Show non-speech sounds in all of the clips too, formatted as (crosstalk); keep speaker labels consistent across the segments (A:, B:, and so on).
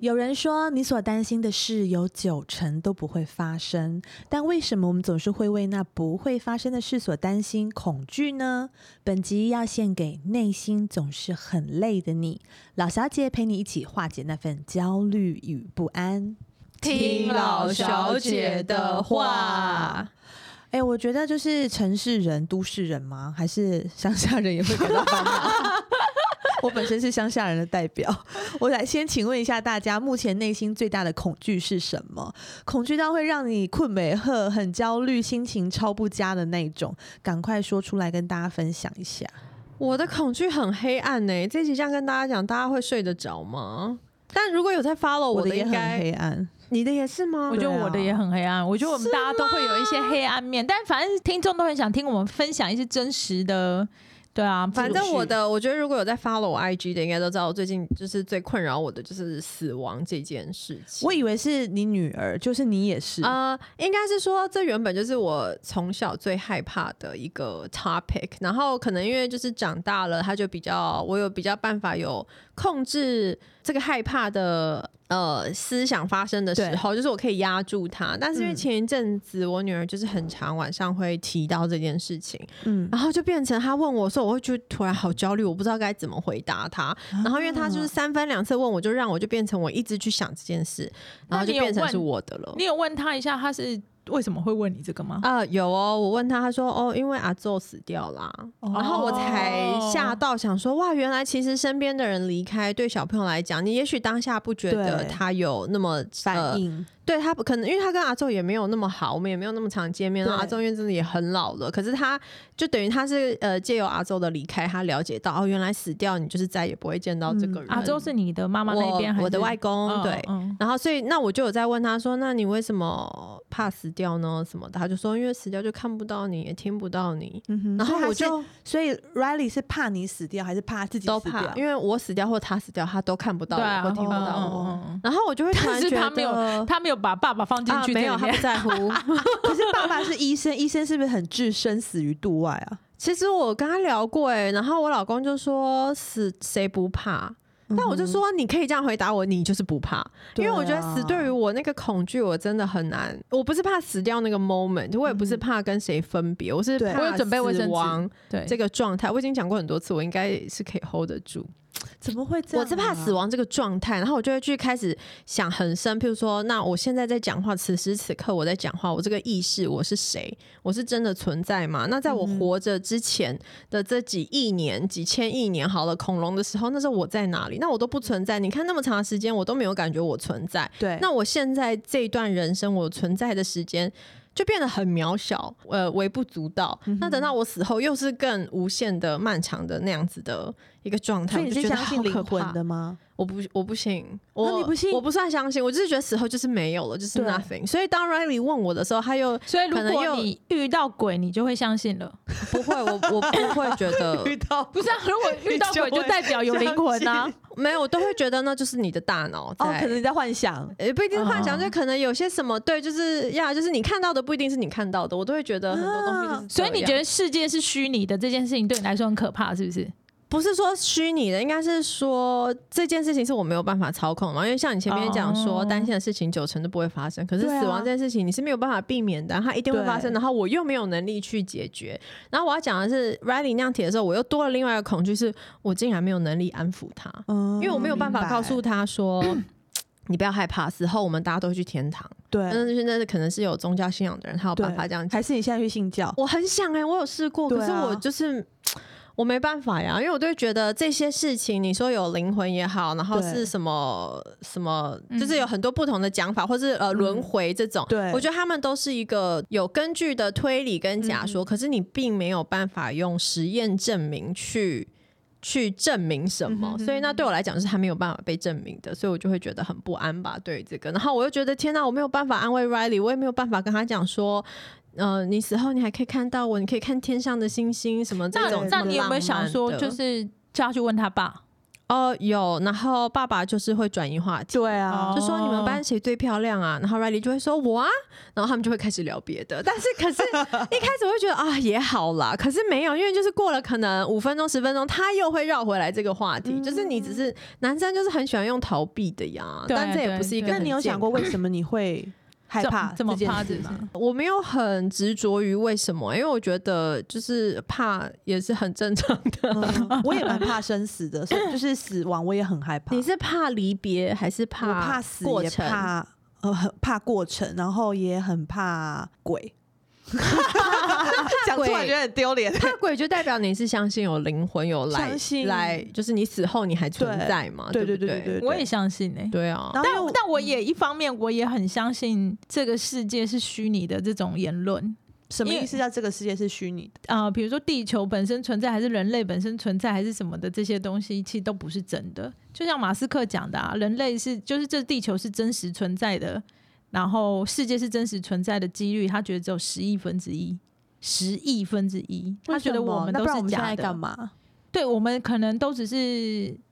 A: 有人说，你所担心的事有九成都不会发生，但为什么我们总是会为那不会发生的事所担心、恐惧呢？本集要献给内心总是很累的你，老小姐陪你一起化解那份焦虑与不安。
B: 听老小姐的话。
A: 哎、我觉得就是城市人、都市人吗？还是乡下人也会感到烦恼？ (laughs) 我本身是乡下人的代表，我来先请问一下大家，目前内心最大的恐惧是什么？恐惧到会让你困美赫、很焦虑、心情超不佳的那种，赶快说出来跟大家分享一下。
B: 我的恐惧很黑暗呢、欸这集这样跟大家讲，大家会睡得着吗？但如果有在 follow
A: 我
B: 哦我
A: 的也
B: 应
A: 很
B: 该
A: 黑暗，
B: 你的也是吗？
C: 我觉得
A: 对啊
C: 我的也很黑暗，我觉得我们大家都会有一些黑暗面，但反正听众都很想听我们分享一些真实的，对啊，
B: 反
C: 自
B: 正
C: 己
B: 我的，我觉得如果有在 follow 我 IG 的，应该都知道，我最近就是最困扰我的就是死亡这件事情。
A: 我以为是你女儿，就是你也是。
B: 呃，应该是说这原本就是我从小最害怕的一个 topic，然后可能因为就是长大了，他就比较我有比较办法有控制这个害怕的呃思想发生的时
A: 对
B: 候，就是我可以压住它。但是因为
A: 嗯
B: 前一阵子我女儿就是很常晚上会提到这件事情，
A: 嗯，
B: 然后就变成他问我说，我会觉得突然好焦虑，我不知道该怎么回答他。然后因为他
C: 啊
B: 就是三番两次问我，就让我就变成我一直去想这件事，然后
C: 那
B: 就
C: 你有
B: 变成
C: 问
B: 是我的了。
C: 你有问他一下，他是为什么会问你这个吗？
B: (laughs) 啊、有哦，我问他，他说哦，因为阿宙死掉啦，然后
A: 哦
B: 我才
C: 哦
B: 吓到，想说哇，原来其实身边的人离开，对小朋友来讲，你也许当下不觉得
A: 对
B: 他有那么
A: 反、应、
B: 呃对他不可能，因为他跟阿宙也没有那么好，我们也没有那么常见面，然后阿
A: 对
B: 宙因为真的也很老了，可是他就等于他是呃借由阿宙的离开，他了解到哦，原来死掉你就是再也不会见到这
A: 嗯
B: 个人。
C: 阿周啊是你的妈妈那边，还
B: 我
C: 是
B: 我的外公、
C: 嗯
B: 对。
C: 嗯
B: 然后，所以那我就有在问他说：“那你为什么怕死掉呢？什么的？”他就说：“因为死掉就看不到你，也听不到你。
A: 嗯哼”
B: 然后我
A: 所以他是
B: 就
A: 所以 Riley 是怕你死掉，还是怕自己
B: 都
A: 死掉
B: 怕，？因为我死掉或他死掉，他都看不到
C: 对啊，
B: 我，或听不到
C: 嗯
B: 我。
C: 嗯嗯嗯
B: 然后
C: (laughs)
B: 我就会突
C: 但
B: 然
C: 是
B: 觉得
C: 他没有，他没有把爸爸放进
B: 啊，
C: 去这
B: 没
C: 里
B: 有，
C: 面，
B: 他不在乎。
A: (laughs) 可是爸爸是医生，医生是不是很置身死于度外啊？
B: 其实我跟他聊过哎、然后我老公就说：“死谁不怕？”
C: 嗯
B: 但我就说，你可以这样回答我，你就是不怕，因为我觉得死嗯
C: 啊
B: 对于啊我那个恐惧，我真的很难。我不是怕死掉那个 moment，我也不是怕跟谁分别，我是
A: 对
B: 怕
C: 嗯我有准备卫生纸
B: 死亡
C: 对
B: 这个状态。我已经讲过很多次，我应该是可以 hold 得住。
A: 怎么会这样、啊
B: 我是怕死，亡这个状态，然后我就会去开始想很深，譬如说，那我现在在讲话，此时此刻我在讲话，我这个意识我是谁？我是真的存在吗？那在我
A: 嗯
B: 活着之前的这几亿年、几千亿年，好了，恐龙的时候，那时候我在哪里？那我都不存在。你看那么长的时间，我都没有感觉我存在。
A: 对，
B: 那我现在这一段人生，我存在的时间就变得很渺小，呃，微不足道。
A: 嗯
B: 那等到我死后，又是更无限的漫长的那样子的一个状态。
A: 所以
B: 我
A: 你
B: 就是觉得
A: 相信
B: 好
A: 灵
B: 可
A: 魂
B: 怕
A: 的吗？
B: 我不我不信，我、
A: 你不信
B: 我不算相信，我就是觉得死后就是没有了，就是
A: 对
B: nothing。所以当 Riley 问我的时候，他又
C: 所以如
B: 可能
C: 果
B: 又
C: 你遇到鬼，你就会相信了。
B: 不会，我我不会觉
A: (laughs)
B: 得
A: 到
C: 不
B: (laughs)
C: 是、啊，如果遇到鬼就代表有灵魂啊。
B: 没有，我都会觉得那就是你的大脑在。
A: 哦，可能你在嗯幻想。
B: 也不一定是幻想，
C: 哦
B: 就可能有些什么对，就是呀，就是你看到的不一定是你看到的，我都会觉得很多东西就是、
A: 啊
C: 所以你觉
B: 得
C: 得世界是虚拟的这件事情对你来说很可怕，是不是？
B: 不是说虚拟的，应该是说这件事情是我没有办法操控嘛？因为像你前面讲说，
C: 哦
B: 担心的事情九成都不会发生，可是
A: 对啊
B: 死亡这件事情你是没有办法避免的，它一定会发生，
A: 对
B: 然后我又没有能力去解决。然后我要讲的是，Riley 那样提的时候，我又多了另外一个恐惧，是我竟然没有能力安抚他，
A: 嗯
B: 因为我没有办法告诉
A: 他。
B: 他说。你不要害怕，死后我们大家都会去天堂。
A: 对，
B: 但是那是可能是有宗教信仰的人，他有
A: 对
B: 办法这样讲。
A: 还是你现在去信教？
B: 我很想哎、我有试过，
A: 对
B: 可
A: 啊
B: 是我就是。我没办法呀，因为我都会觉得这些事情，你说有灵魂也好，然后
A: 对
B: 是什么什么，
C: 嗯
B: 就是有很多不同的讲法，或是呃轮回这种，
A: 嗯对
B: 我觉得他们都是一个有根据的推理跟假
A: 嗯
B: 说，可是你并没有办法用实验证明去去证明什
A: 嗯
B: 么，所以那对我来讲是还没有办法被证明的，所以我就会觉得很不安吧，对于这个，然后我又觉得天哪，我没有办法安慰 Riley，我也没有办法跟他讲说，呃，你死后你还可以看到我，你可以看天上的星星什么这
C: 那
B: 种。
C: 那你有没有想说，就是叫他去问他爸？
B: 哦，有，然后爸爸就是会转移话题，
A: 对啊
C: 哦
B: 就说你们班谁最漂亮啊？然后 Riley 就会说我啊，然后他们就会开始聊别的。但是可是一开始会觉得啊也好啦，可是没有，因为就是过了可能五分钟十分钟，他又会绕回来这个话题。
C: 嗯
B: 就是你只是男生就是很喜欢用逃避的呀，
C: 对
B: 但这也不是一个
C: 对
A: 那
B: 啊很
A: 你有
B: 健
A: 想过为什么你会害
C: 这
A: 怕
C: 这么
A: 件
C: 怕
A: 事
C: 这件
A: 吗？
B: 我没有很执着于为什么，因为我觉得就是怕也是很正常的。
A: 嗯我也蛮怕生死的，所以就是死亡我也很害怕。
B: 你是怕离别还是怕
A: 我怕死
B: 过
A: 也
B: 程？
A: 怕呃很怕过程，然后也很怕
C: (laughs)
A: 鬼。讲出来
B: 鬼
A: 觉得很丢脸。
B: 怕鬼就代表你是相信有灵魂有来
A: 相信
B: 来，就是你死后你还存在嘛？
A: 对
B: 对
A: 对
B: 不
A: 啊对对对嗯
C: 我也相信哎、
B: 对啊。
A: 然后
C: 但
A: 因为
C: 但我也一方面我也很相信这个世界是虚拟的这种言论，
A: 什么
C: 因为
A: 意思叫这个世界是虚拟的？
C: 啊，比如说地球本身存在，还是人类本身存在，还是什么的这些东西，其实都不是真的。就像马斯克讲的啊，人类是就是这地球是真实存在的，然后世界是真实存在的几率，他觉得只有十亿分之一。十亿分之一，他觉得
A: 为什么
C: 我们
A: 那
C: 都
A: 不然
C: 是
A: 我们现
C: 假
A: 在
C: 的
A: 干。嘛？
C: 对，我们可能都只是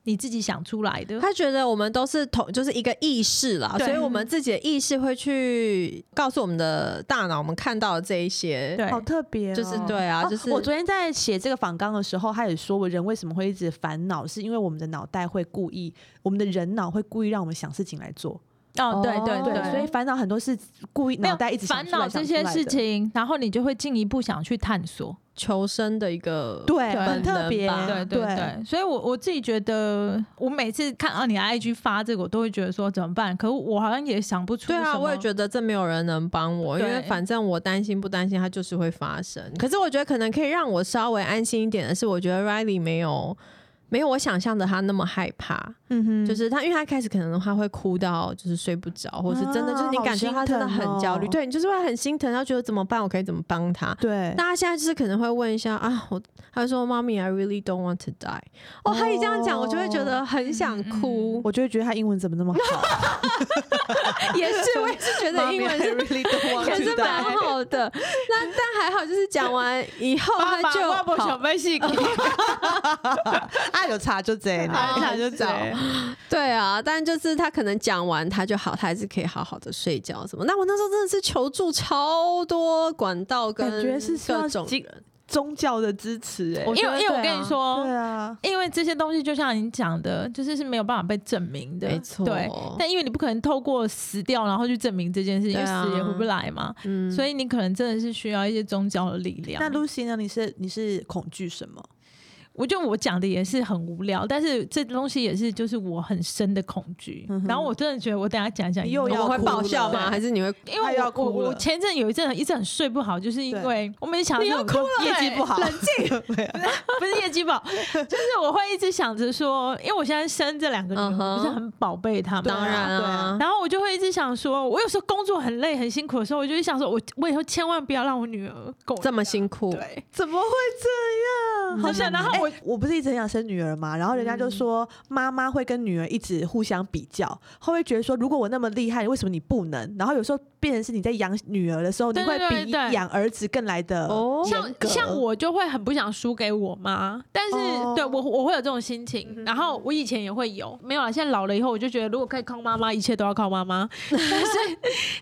C: 你自己想出来的。
B: 他觉得我们都是同，就是一个意识啦，
C: 对
B: 所以我们自己的意识会去告诉我们的大脑，我们看到的这一些，
C: 对，
A: 好特别哦，
B: 就是对啊，
A: 哦
B: 就是
A: 我昨天在写这个访纲的时候，他也说，我人为什么会一直烦恼，是因为我们的脑袋会故意，我们的人脑会故意让我们想事情来做，
C: 哦，对对
B: 哦
C: 对，
A: 所以烦恼很多是故意
C: 没有
A: 脑袋一直想
C: 烦
A: 出来
C: 恼这些事，情，然后你就会进一步想去探索。
B: 求生的一个
A: 想出来的对，
C: 对
A: 很特别，
B: 本
C: 对
B: 能
C: 对对，所以我我自己觉得，我每次看到你的 IG 发这个，我都会觉得说怎么办？可我好像也想不出
B: 对啊，
C: 什么
B: 我也觉得这没有人能帮我，因
C: 对
B: 为反正我担心不担心，它就是会发生。可是我觉得可能可以让我稍微安心一点的是，我觉得 Riley 没有没有我想象的他那么害怕，
A: 嗯哼
B: 就是他，因为他开始可能他会哭到就是睡不着，或是真的、
A: 啊
B: 就是你感觉他真的很焦
A: 好
B: 虑，
A: 心疼哦
B: 对你就是会很心疼，他觉得怎么办，我可以怎么帮他。
A: 对，
B: 大家现在就是可能会问一下啊，我他说妈咪，I really don't want to die。哦，他一这样讲，我就会觉得
A: 哦
B: 很
A: 嗯
B: 想哭。 (laughs)
A: 我就会觉得他英文怎么那么好，
B: 也是，我也是觉得英文是
A: really don't
C: (laughs)
A: want
B: 也
A: to
B: 是蛮
A: die
B: 好的。那但还好，就是讲完以后他
C: 爸爸
B: 就
C: 我不
B: 好
C: 想被戏给
A: 啊，有差就这样，
B: 啊
A: 差就这样
B: 是对啊，但就是他可能讲完他就好，他还是可以好好的睡觉什么。那我那时候真的是求助超多管道跟
A: 感觉是需要
B: 各种
A: 经
B: 人，
A: 宗教的支持，哎，
B: 我
C: 因
B: 觉得
C: 为因为 (laughs) 我
B: 对啊
C: 跟你说，
A: 对啊，
C: 因为这些东西就像你讲的，就是是没有办法被证明的，
B: 没错
C: 对，
A: 哦
C: 但因为你不可能透过死掉然后去证明这件事，因为
B: 对啊
C: 死也回不来嘛，
B: 嗯
C: 所以你可能真的是需要一些宗教的力量。
A: 那 Lucy 呢？你是你是恐惧什么？
C: 我觉得我讲的也是很无聊，但是这东西也是就是我很深的恐惧。
A: 嗯哼
C: 然后我真的觉得我等一下讲一讲，
A: 又
B: 我
A: 要
B: 会
A: 哭
B: 爆
A: 了
B: 笑吗？
A: 对
B: 还是你会？
C: 因
A: 快
C: 为
A: 要
C: 我我
A: 哭
C: 我
A: 了
C: 前阵有一阵一直很睡不好，就是因
A: 对
C: 为我每次想到
A: 你
C: 这
A: 又哎
C: 种东西
A: 业绩 (laughs) 不好，啊
C: 冷
A: 静，没有
C: 不是业绩不好，就是我会一直想着说，因为我现在生这两个女儿，
B: 嗯哼
C: 我不是很宝贝她们，
B: 当然
A: 对啊
B: 啊，
C: 然后我就会一直想说，我有时候工作很累很辛苦的时候，我就会想说，我我以后千万不要让我女儿跟我
B: 这么
C: 一样
B: 辛苦，
C: 对，
A: 怎么会这样？
C: 好像然后我
A: 哎我不是一直很想生女儿嘛，然后人家就说妈妈会跟女儿一直互相比较，后会觉得说如果我那么厉害，为什么你不能？然后有时候变成是你在养女儿的时候，你
C: 对
A: 会
C: 对对
A: 比
C: 对
A: 养儿子更来的
B: 哦
A: 严格。
C: 像像我就会很不想输给我妈，但是、
A: 哦
C: 对我我会有这种心情，
A: 嗯
C: 然后我以前也会有，没有啦，现在老了以后，我就觉得如果可以靠妈妈，一切都要靠妈
A: (laughs)
C: 妈。但是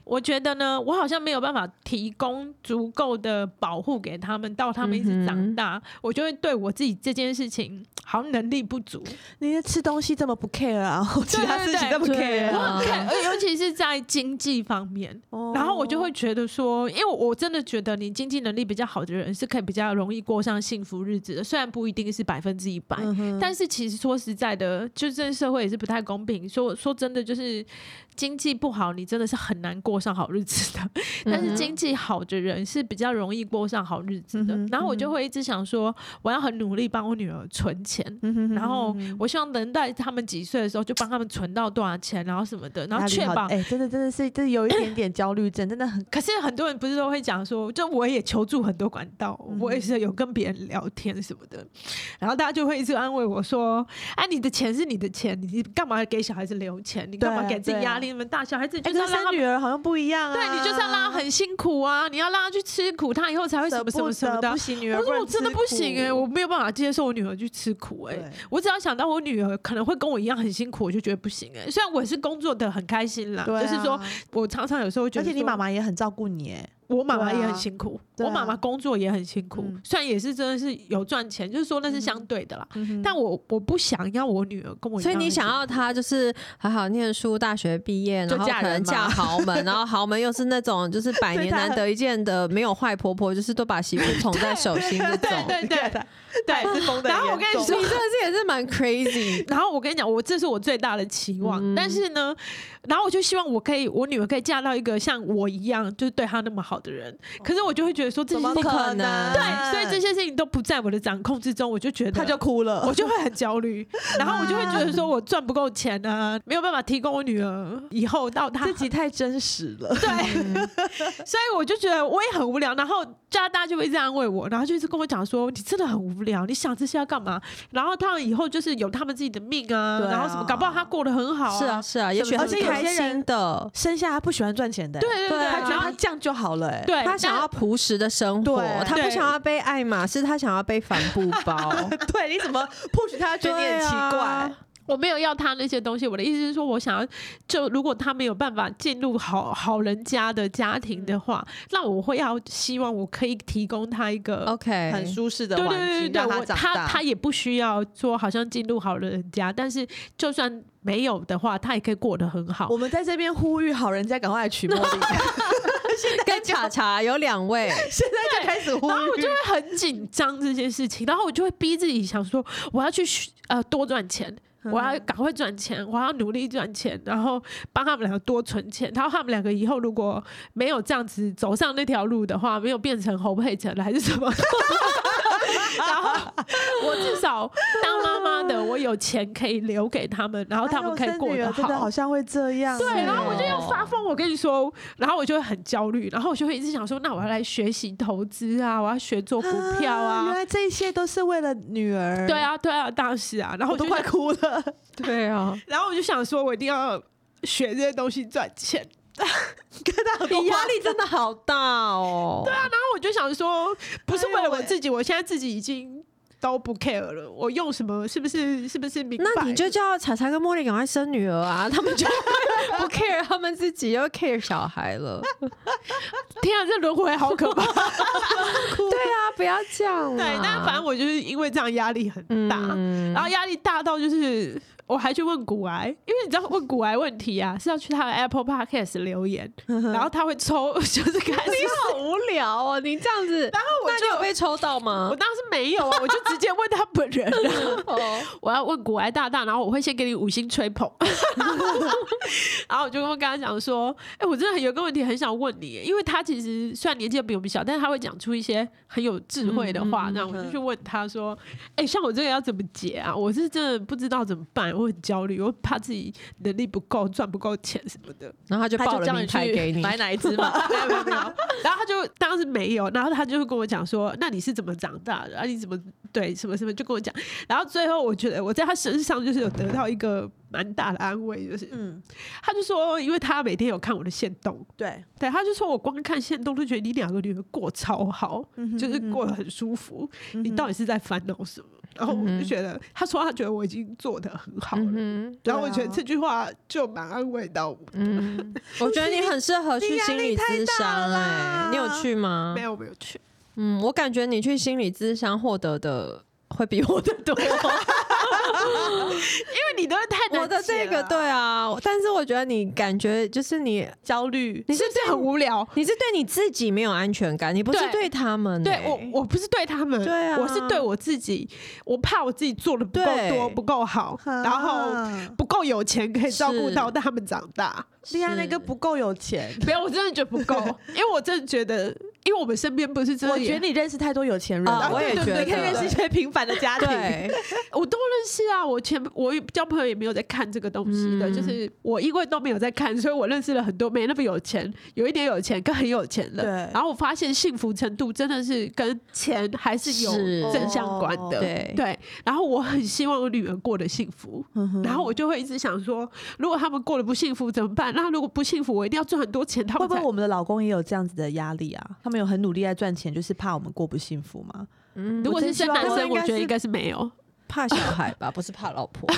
C: 我觉得呢，我好像没有办法提供足够的保护给他们，到他们一
A: 嗯
C: 直长大，我就会对我自己这件事情好像能力不足。
A: 你吃东西这么不 care 啊， (laughs) 然后其他
C: 对对
A: 事情这么
B: 对对
A: care，
C: 我
A: 啊
C: 很看，尤其是在经济方面，
A: 哦
C: 然后我就会觉得说，因为我真的觉得你经济能力比较好的人是可以比较容易过上幸福日子的，虽然不一定是百分之一百，
A: 嗯哼
C: 但是其实说实在的，就这社会也是不太公平。说说真的，就是经济不好，你真的是很难过上好日子
A: 嗯
C: 的。但是经济好的人是比较容易过上好日子的。
A: 嗯哼
C: 然后我就会一直想说，我要很努力帮我女儿存钱。
A: 嗯哼
C: 然后
A: 嗯哼
C: 我希望能在他们几岁的时候就帮他们存到多少钱，然后什么的，然后
A: 压力
C: 确
A: 好
C: 保
A: 哎、真的真的是，这有一点点焦虑症，真的
C: (coughs)
A: 很
C: 可是很多人不是都会讲说，就我也求助很多管道，
A: 嗯
C: 我也是有跟别人聊天什么的，然后大家就会一直安慰我说：“啊，你的钱是你的钱，你干嘛给小孩子留钱？你干嘛
A: 对啊
C: 给自己
A: 对啊
C: 压力那么大？小孩子
A: 哎、
C: 就是
A: 跟
C: 要让他
A: 生
C: 们。”
A: 女儿好像不一样啊。
C: 对你就是要让他很辛苦啊！你要让他去吃苦，他以后才会什
A: 舍
C: 么什
A: 不
C: 么什么
A: 得
C: 的
A: 不。行，女儿
C: 我
A: 不
C: 说
A: 能
C: 我真的
A: 吃
C: 不行
A: 苦
C: 哎、我没有办法接受我女儿去吃苦苦哎、
A: 对，
C: 我只要想到我女儿可能会跟我一样很辛苦，我就觉得不行哎、虽然我也是工作的很开心啦，
A: 对啊
C: 就是说，我常常有时候会觉
A: 而
C: 得
A: 且
C: 说，
A: 你妈妈也很照顾你，哎，
C: 我妈妈
A: 对啊
C: 也很辛苦，
A: 对啊
C: 我妈妈工作也很辛苦，
A: 嗯
C: 虽然也是真的是有赚钱，就是说那是相对的啦。嗯但
A: 但
C: 我我不想要我女儿跟我一样很
B: 所
C: 辛苦，
B: 以你想要她就是好好念书，大学毕业，
C: 就
B: 然后
C: 嫁
B: 可能
C: 人吗
B: 嫁豪门，然后豪门又是那种就是百
A: 对
B: 年
A: 她
B: 难得一见的没有坏婆婆，就是都把媳妇捧在手心这种。
C: 对对对对
A: 她哎也是疯得
C: 然后
A: 很
C: 我跟
A: 严重
C: 你
B: 所
C: 说
B: 以，这是也是蛮 crazy
C: 然后我跟你讲，我这是我最大的期望。
B: 嗯
C: 但是呢，然后我就希望我可以，我女儿可以嫁到一个像我一样，就是对她那么好的人。
A: 哦
C: 可是我就会觉得说，这
A: 怎
C: 些
A: 么
C: 事情
B: 可能
C: 对，所以这些事情都不在我的掌控之中，我就觉得
A: 她就哭了，
C: (laughs) 我就会很焦
A: (laughs)
C: 虑，然后我就会觉得说我赚不够钱啊，没有办法提供我女儿以后到她
A: 自己太真实了。
C: 所以我就觉得我也很无聊，然后加拿大就会一直安慰我，然后就一直跟我讲说你真的很无聊，你想这些要干嘛？然后他们以后就是有他们自己的命啊，
A: 对啊
C: 然后什么，搞不好他过得很 (laughs) 好、
B: 是啊，是啊，也许
A: 而
B: 她
A: 且
B: 是
A: 有
B: 开
A: 些人
B: 心的，
A: 生下她不喜欢赚钱的，
C: 对，对对，
B: 对
A: 她觉得
C: 然后
A: 她这样就好了，哎，
C: 对
B: 她想要朴实的生活
A: 对，
B: 她不
C: 对
B: 想要被爱马仕，她想要被帆布包。
A: (laughs) 对，你怎么 push 她觉得你很奇
B: 对
A: 怪
B: 啊？
C: 我没有要他那些东西，我的意思是说，我想要就如果他没有办法进入好好人家的家庭的话，
A: 嗯
C: 那我会要希望我可以提供他一个。
B: (laughs) OK，
A: 很舒哦适的
C: 对
A: 环
C: 对对
A: 境
C: 对，
A: 让她
C: 我
A: 长
C: 他
A: 大，
C: 他也不需要说好像进入好人家，但是就算没有的话，他也可以过得很好。
A: 我们在这边呼吁好人家赶快来娶茉
C: (laughs)
A: 莉， (laughs)
B: 跟查查有两位，
A: 现在就开始呼
C: 然后我
A: 吁
C: 就。会很紧张这件事情，然后我就会逼自己想说，我要去学呃多赚钱，
A: 嗯
C: 我要赶快赚钱，我要努力赚钱，然后帮他们两个多存钱。然后他们两个以后如果没有这样子走上那条路的话，没有变成侯佩岑了还是什么， (laughs) 然后我至少当妈妈的，我有钱可以留给他们，然后他们可以过
A: 哎呦生
C: 得
A: 女儿真的好像会这样。哎啊
C: 对，
B: 是
C: 然后我就要
B: 哦
C: 发疯，我跟你说，然后我就会很焦虑，然后我就会一直想说，那我要来学习投资啊，我要学做股票
A: 原
C: 啊，
A: 来这一切都是为了女儿。
C: 对，啊，对啊，当然是啊，然后
A: 我
C: 我
A: 都
C: 就
A: 快
C: 想 (laughs)
A: 哭了。
B: 对啊，
C: 然后我就想说，我一定要学这些东西赚钱，
A: 看到很多
B: (laughs) 压力真的好大哦。对啊，
C: 然后我就想说，不是
A: 哎呦
C: 为了我
A: 喂
C: 自己，我现在自己已经。都不 care 了，我用什么是不是是不是明白了？
B: 那你就叫查查跟茉莉赶快生女儿啊，他们就不 care 他们自己，又 care 小孩了。
C: 天啊，这轮回好可怕！
B: 对啊，不要这样
C: (laughs) 对，
B: 啦。
C: 但反正我就是因为这样压力很大，
B: 嗯
C: 然后压力大到就是我还去问古癌，因为你知道问古癌问题啊是要去他的 Apple Podcast 留言，然后他会抽， (laughs) 就是开始。
B: 好无聊哦，你这样子，然后
C: 我
B: 那你有被抽到吗
C: 我？当时没有啊，我就直接问他本人啊、
B: 哦，
C: 我要问古癌大大，然后我会先给你五星吹捧， (laughs) 然后我就跟他讲说，哎、我真的很有个问题很想问你耶，因为他其实虽然年纪也比我们小，但是他会讲出一些很有智慧的话，
B: 嗯嗯嗯
C: 那、我就去问他说，哎、像我这个要怎么解啊？我是真的不知道怎么办，我很焦虑，我怕自己能力不够，赚不够钱什么的。
B: 然后他就报了名牌给你，
A: 买哪一只
C: (laughs)
A: 嘛？
C: 没有没有没有，然后他就当时没有，然后他就会跟我讲说，那你是怎么长大的？啊，你怎么对什么什么就跟我讲，然后最后我觉得我在他身上就是有得到一个蛮大的安慰，就是
A: 嗯，
C: 他就说，因为他每天有看我的线动，
A: 对，
C: 对，他就说我光看线动都觉得你两个女儿过超好，
A: 嗯哼
C: 就是
A: 嗯哼
C: 过得很舒服，你
A: 嗯哼
C: 到底是在烦恼什么？然后我就觉得，他说他觉得我已经做得很好了，
B: 嗯
C: 然后我觉
A: 对
C: 得
A: 啊
C: 这句话就蛮安慰到我。
B: 哼，嗯，我觉得你很适合去心
A: 你压力
B: 理咨商
A: 太大
B: 哎
A: 啦，
B: 你有去吗
C: 没？有没有去，
B: 嗯，我感觉你去心理咨商获得的会比我的多。
C: 因为你的太难
B: 我的
C: 解
B: 这个
C: 了
B: 对啊，但是我觉得你感觉就是你，
A: 焦虑。
B: 你
C: 是
B: 是
C: 不是很无聊？
A: 嗯
B: 你是对你自己没有安全感，你不是
C: 对
B: 对他们欸、
C: 对我，我不是对他们，
B: 对啊
C: 我是对我自己，我怕我自己做的不够
B: 对
C: 多，不够好，然后
A: 啊
C: 不够有钱可以照顾
B: 是
C: 到他们长大。 (laughs)
A: 厉害那个不够有钱，
C: 没有，我真的觉得不够，因为我真的觉得，因为我们身边不是真的
A: 我
C: 也，
A: 觉得你认识太多有钱人
B: 啊
A: 了。
B: 我也
A: 对对对
B: 觉得
A: 你可以认识一些平凡的家庭。
B: 对，
C: 我都认识啊，我前我交朋友也没有在看这个东西的，
B: 嗯
C: 就是我因为都没有在看，所以我认识了很多没那么有钱，有一点有钱跟很有钱的，
A: 对
C: 然后我发现幸福程度真的是跟钱还是有
B: 是
C: 正相关的，
A: 哦
B: 对
C: 对，然后我很希望我女儿过得幸福，嗯
A: 嗯
C: 然后我就会一直想说，如果他们过得不幸福怎么办？那如果不幸福，我一定要赚很多钱，他
A: 会
C: 们
A: 不
C: 才
A: 会我们的老公也有这样子的压力啊？他们有很努力在赚钱，就是怕我们过不幸福吗？
B: 嗯
C: 如果是生男
A: 我真希望他们
C: 生，
A: 应该
C: 我
A: 是
C: 觉得应该是没有。
B: 怕小孩吧，不是怕老婆。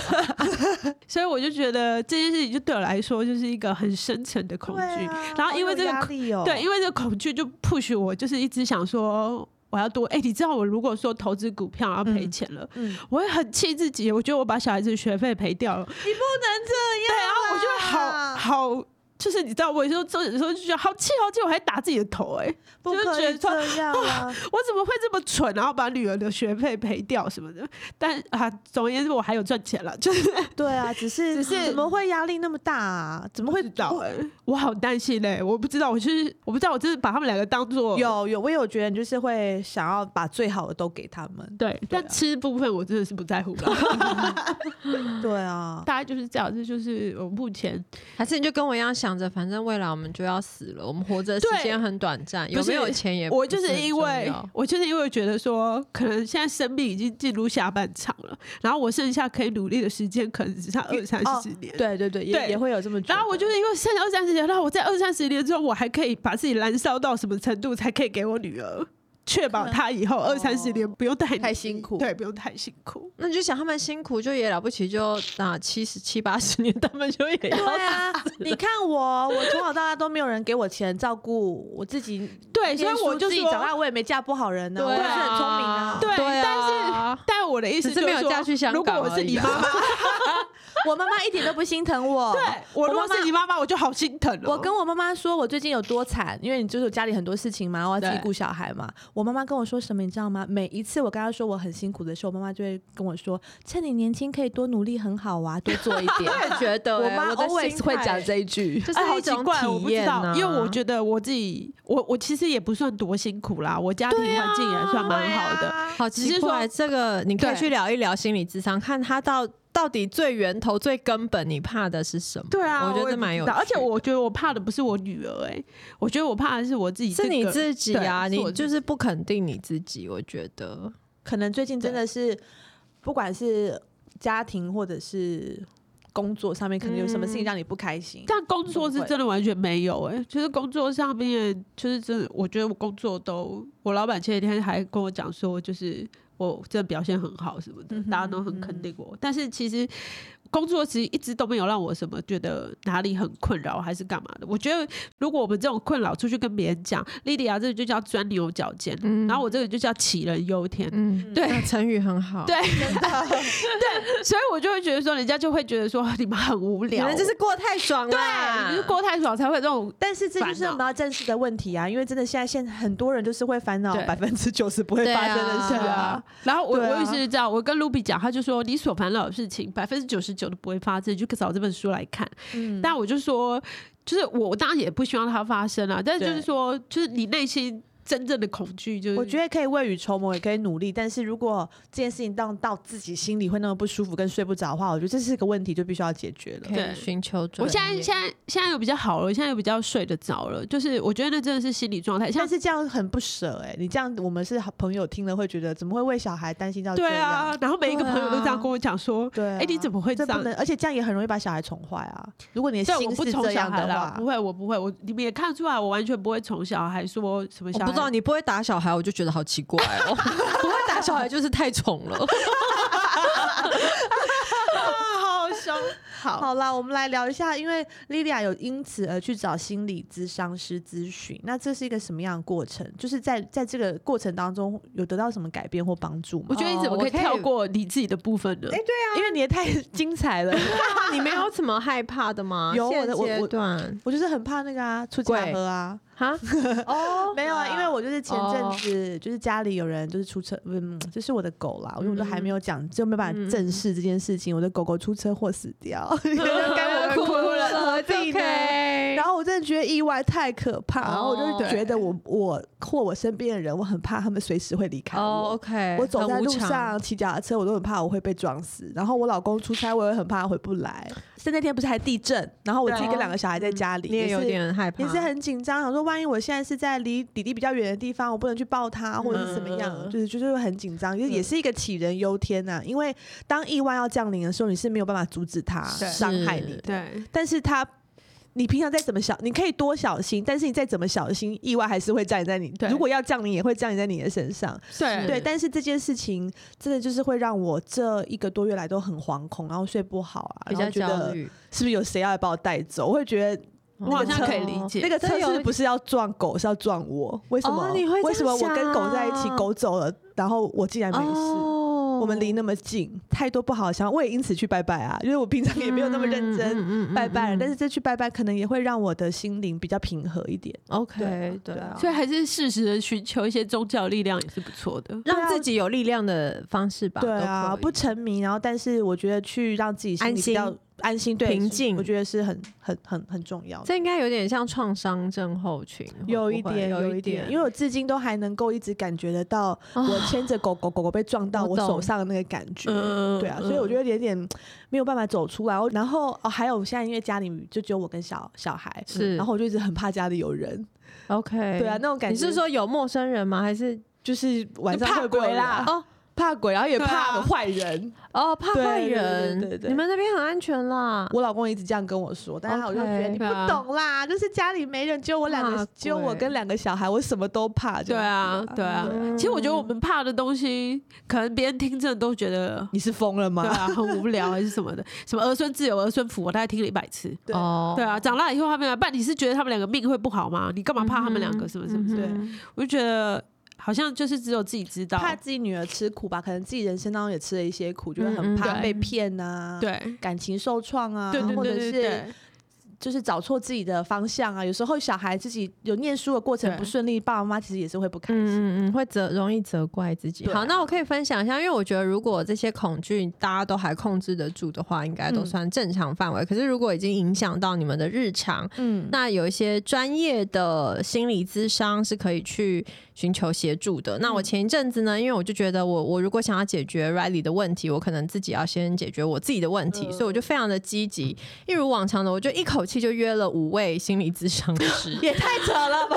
C: 所以我就觉得这件事情就对我来说就是一个很深层的恐
A: 啊
C: 惧。然后因为这个
A: 好有压力哦，
C: 对，因为这个恐惧就 push 我，就是一直想说我要多。哎、你知道我如果说投资股票要赔钱了，
A: 嗯，
C: 我会很气自己，我觉得我把小孩子的学费赔掉了，
A: 你不能这
C: 对，
A: 样
C: 然后
A: 啦，
C: 我就好
A: 啊
C: 好。就是你知道，我有时候做的时候就觉得好气好气，我还打自己的头哎、
A: 不
C: 就是
A: 可
C: 觉
A: 以
C: 得哦
A: 这样
C: (laughs)
A: 啊，
C: 我怎么会这么蠢，然后把女儿的学费赔掉什么的？但啊，总而言之，我还有赚钱了，就是
A: (laughs) 对啊，只是
C: 只是
A: 怎么会压力那么大啊？怎么会
C: 不知道哎、我好担心嘞、我不知道，我就是我不知道，我就是把他们两个当做
A: 有有，我有觉得你就是会想要把最好的都给他们，
C: 对，啊但吃部分我真的是不在乎了。
A: 对啊，
C: (laughs) 大概就是这样，这就是我目前
B: 还是你就跟我一样想着，反正未来我们就要死了，我们活着的时间很短暂，
C: 不
B: 有
C: 是
B: 没有钱也
C: 我
B: 不
C: 就是
B: 很
C: 因
B: 重
C: 为
B: 要
C: 我就是因为觉得说，可能现在生命已经进入下半场了，然后我剩下可以努力的时间可能只剩二三十年。
A: 哦对对对，也
C: 对
A: 也会有这么觉得。
C: 然后我就是因为剩下二三十年，然后我在二三十年之后，我还可以把自己燃烧到什么程度，才可以给我女儿确保她以后二三十年不用太
A: 哦太辛苦
C: 对，不用太辛苦。
B: 那你就想他们辛苦就也了不起，就啊七十七八十年他们就也要
A: 对
C: (laughs)
A: 啊，你看我，我从小到大都没有人给我钱照顾我自己，
C: 对，所以
A: 念书
C: 我就
A: 自己
C: 说，
A: 长大，我也没嫁不好人呢，我
B: 对
A: 也
B: 啊
A: 是很聪明啊。
C: 对，
B: 对啊
C: 但是但我的意思
B: 只是
C: 就
B: 没有
C: 说
B: 嫁去香
C: 如果
B: 港
C: 我
B: 而
C: 是
B: 已
C: 你
B: 啊
C: 妈妈，
A: 我妈妈一点都不心疼我。
C: 对我如果
A: 妈妈
C: 是你妈妈，我就好心疼哦。
A: 我跟我妈妈说，我最近有多惨，因为你就是家里很多事情嘛，我要自己顾小孩嘛。我妈妈跟我说什么，你知道吗？每一次我跟她说我很辛苦的时候，我妈妈就会跟我说：“趁你年轻可以多努力，很好啊，多做一点。
B: (laughs) 我也觉得、
A: 我
B: 欸，
A: 妈
B: 我的心
A: always 会
B: 态
A: 讲这一句。
B: (laughs) 就
C: 哎
B: 是
C: 好
B: 一
C: 奇
B: 种
C: 怪，我
B: 体
C: 不知
B: 验、
C: 道
B: 啊，
C: 因为我觉得我自己，我我其实也不算多辛苦啦，我家庭
B: 啊
C: 环境也算蛮好的。
B: 好
C: 只
B: 奇
C: 是说
B: 怪，这个你可以
C: 对
B: 去聊一聊心理智商，看他到到底最源头、最根本，你怕的是什么？
C: 对啊，
B: 我觉
C: 也
B: 得
C: 不
B: 蛮
C: 知
B: 有
C: 道
B: 趣的，
C: 而且我觉得我怕的不是我女儿、哎，我觉得我怕的是我自己、
B: 是你自己啊，
C: 对是我
B: 你
C: 自己
B: 就是不肯定你自己，我觉得。
A: 可能最近真的是，不管是家庭或者是工作上面，可能有什么事情让你不开
B: (laughs)
A: 心。
C: 但工作是真的完全没有哎、就是工作上面，就是真的，我觉得我工作都，我老板前几天还跟我讲说，就是我真的表现很好什么的，
A: 嗯哼
C: 大家都很肯定我。但是其实工作其实一直都没有让我什么觉得哪里很困扰还是干嘛的。我觉得如果我们这种困扰出去跟别人讲，莉莉亚这个就叫钻牛角尖，
B: 嗯
C: 然后我这个就叫杞人忧天。 (laughs)
B: 嗯，
C: 对
B: 那 (laughs) 成语很好。
C: 对，
A: 真的，
C: 所以我就会觉得说，人家就会觉得说哦你们很无
B: 你
C: 聊，
B: 们就是啊过太爽
C: 对，
B: 啦，
C: 你们就是过太爽才会有这种
A: (laughs) (laughs) 但是这就是我
C: 烦
A: 们
C: 恼
A: 要正视的问题啊！因为真的现在现很多人就是会烦恼
C: 对
A: 百分之九十不会
B: 对
A: 发
B: 啊
A: 生的事
C: 对啊，，然后我、
A: 对啊
C: 我也是这样，我跟卢比讲，他就说你所烦恼的事情百分之九十九都不会发生，你就找这本书来看。
A: 嗯，
C: 但我就说，就是我我当然也不希望它发生啊，但是就是
A: 对
C: 说，就是你内心真正的恐惧，就是
A: 我觉得可以未雨绸缪，也可以努力。但是如果这件事情让到自己心里会那么不舒服跟睡不着的话，我觉得这是个问题，就必须要解决了。
B: 可以
C: 对
B: 寻求专
C: 我
B: 业。
C: 现在现在现在有比较好了，我现在有比较睡得着了，就是我觉得那真的是心理状态，像
A: 但是这样很不舍哎、你这样我们是好朋友听了会觉得怎么会为小孩担心到这
C: 对
A: 样
C: 啊？，然后每一个朋友都这样跟我讲说，
A: 对啊，
C: 哎、你怎么会这
A: 这
C: 样
A: 不？能，而且这样也很容易把小孩宠坏啊。如果你的
C: 对，我
A: 心
C: 不
A: 是
C: 宠
A: 这
C: 小
A: 样
C: 孩
A: 的话
C: 啦，不，会，我不会，我你们也看出来，我完全不会宠小孩，说什么
B: 我
C: 小孩
B: 不知道你不会打小孩，我就觉得好奇怪哦。不会打小孩就是太宠了。
C: 啊， (laughs) 好凶，好
A: (laughs) 好啦，我们来聊一下，因为莉莉亚有因此而去找心理咨商师咨询，那这是一个什么样的过程？就是在在这个过程当中有得到什么改变或帮助吗
C: 我？觉得你怎么
B: 哦
C: 可
B: 我
C: 以
B: 可以哎
C: 跳过你自己的部分呢？
A: 因为你也太精彩了，
B: 你没有什么害怕的吗？
A: 有我
B: 现
A: 的我
B: 阶
A: 我
B: 段
A: 我就是很怕那个啊，出车
B: 贵
A: 祸啊，
B: 哈哦，
A: 没有啊，因为我就是前阵
B: 哦
A: 子就是家里有人就是出车，嗯，就是我的狗啦，因为我都还没有讲，就没办
B: 嗯
A: 法
B: 嗯嗯
A: 正视这件事情，我的狗狗出车祸死 (laughs) 掉，
B: 该
A: 该
B: 哦我
A: 我哭了。
B: 了，
A: 何必呢然后我真的觉得意外太可怕，然后我就
B: 哦
A: 觉得我我或我身边的人，我很怕他们随时会离开我。
B: 哦，OK，
A: 我走在
B: 很无
A: 路
B: 常
A: 上骑脚踏车，我都很怕我会被撞死。然后我老公出差，我也很怕他回不来。是那天不是还地震，然后我自己
B: 对
A: 跟两个小孩在家里，
B: 你也有
A: 是
B: 点害
A: 嗯
B: 怕，
A: 也是很紧张，想说万一我现在是在离弟弟比较远的地方，我不能去抱他，或者是怎么样，
B: 嗯
A: 就是就是会很紧张，就是也是一个杞人忧天呐、因为当意外要降临的时候，你是没有办法阻止他
C: 对
A: 伤害你的，
C: 对，
A: 但是他你平常再怎么小，你可以多小心，但是你再怎么小心，意外还是会降临在你
D: 对。
A: 如果要降临，也会降临在你的身上。
D: 对
A: 对，但是这件事情真的就是会让我这一个多月来都很惶恐，然后睡不好啊，
B: 比
A: 然
B: 较
A: 后觉
B: 焦
A: 得
B: 虑。
A: 是不是有谁要来把我带走？我会觉得
B: 我
D: 我好像可以理解。
A: 那个车
B: 真有
A: 是不是要撞狗，是要撞我？为什么？
B: 哦你会这样
A: 为什么我跟狗在一起，
B: 想
A: 狗走了，然后我竟然没事？
B: 哦
A: 我们离那么近，太多不好的想法，我也因此去拜拜啊，因为我平常也没有那么认真。
B: 真
A: 拜拜了，但
B: 是
A: 是这去拜拜可能也会让我的心灵比较平和一点。对啊
B: 嗯 OK 对
A: 对啊
B: 啊，
D: 所以还是适时的寻求一些宗教力量也是不错的。
B: 让自己有力量的方式吧。
A: 啊对
B: 都
A: 啊，
B: 可以
A: 不沉迷，然后但是我觉得去让自己心里比较
B: 安
A: 安心、对
B: 平静
A: 我觉得是很很很很重要的。
B: 这应该有点像创伤症候群，会
A: 有
B: 不
A: 一
B: 会
A: 点，
B: 有
A: 有一点，因
B: 为
A: 为我至今都还能够一直感觉得到，我牵着狗狗，狗狗被撞到
B: 哦我
A: 我手
B: 懂
A: 上的那个感觉。
D: 嗯
A: 对啊，所以我觉
D: 得
A: 得有点没有办法走出来。我然后哦，还有现在因为家里就只有我跟小小孩，
B: 是
A: 然后我就一直很怕家里有人。
B: OK
A: 对啊，那种感
B: 你
A: 觉
B: 是说有陌生人吗？还是
A: 就是晚上
D: 怕
A: 会不会
D: 鬼
A: 有
D: 啦
A: 人啊
B: 哦
A: 怕鬼，然后也
D: 对啊
A: 怕坏人。
B: 哦怕
A: 对
B: 坏
A: 对对
B: 人？
A: 对对对
B: 你们那边很安全啦。
A: 我老公一直这样跟我说，但是
B: OK，
A: 我就觉得你不
D: 对啊
A: 懂啦，就是家里没人，只有我两
B: 怕
A: 个
B: 鬼，
A: 只有我跟两个小孩，我什么都怕。
D: 对啊，对啊。
B: 嗯
D: 其实我觉得我们怕的东西，可能别人听着都觉得。
A: 你是疯了
D: 对
A: 吗？
D: (laughs) 啊，很无聊还是什么的，什么儿呃孙自有儿孙福，我大概听了一百次。
A: 对
B: 哦
D: 对啊，长大以后他们来办，你是觉得他们两个命会不好吗？你干嘛怕他们两个？什么什么什么？
A: 对
B: 嗯
D: 我就觉得好像就是只有自己知道。
A: 怕自己女儿吃苦吧，可能自己人生当中也吃了一些苦，觉得
B: 嗯嗯
A: 很怕
D: 对
A: 被骗啊，，
D: 对
A: 感情受创啊，
D: 对对
A: 或
D: 对
A: 者
D: 对
A: 是
D: 对，
A: 就是找错自己的方向啊。有时候小孩自己有念书的过程
D: 对
A: 不顺利，爸爸妈妈其实也是会不开心。
B: 嗯嗯嗯，会责容易责怪自己。
A: 对啊
B: 好，那我可以分享一下，因为我觉得如果这些恐惧大家都还控制得住的话，应该都
A: 嗯
B: 算正常范围。可是如果已经影响到你们的日常，
A: 嗯，
B: 那有一些专业的心理咨商是可以去寻求协助的。那
A: 嗯
B: 我前一阵子呢，因为我就觉得我我如果想要解决 Riley 的问题，我可能自己要先解决我自己的问题，
A: 嗯
B: 所以我就非常的积极，一如往常的，我就一口气就约了五位心理咨商师。
A: 也太扯了吧！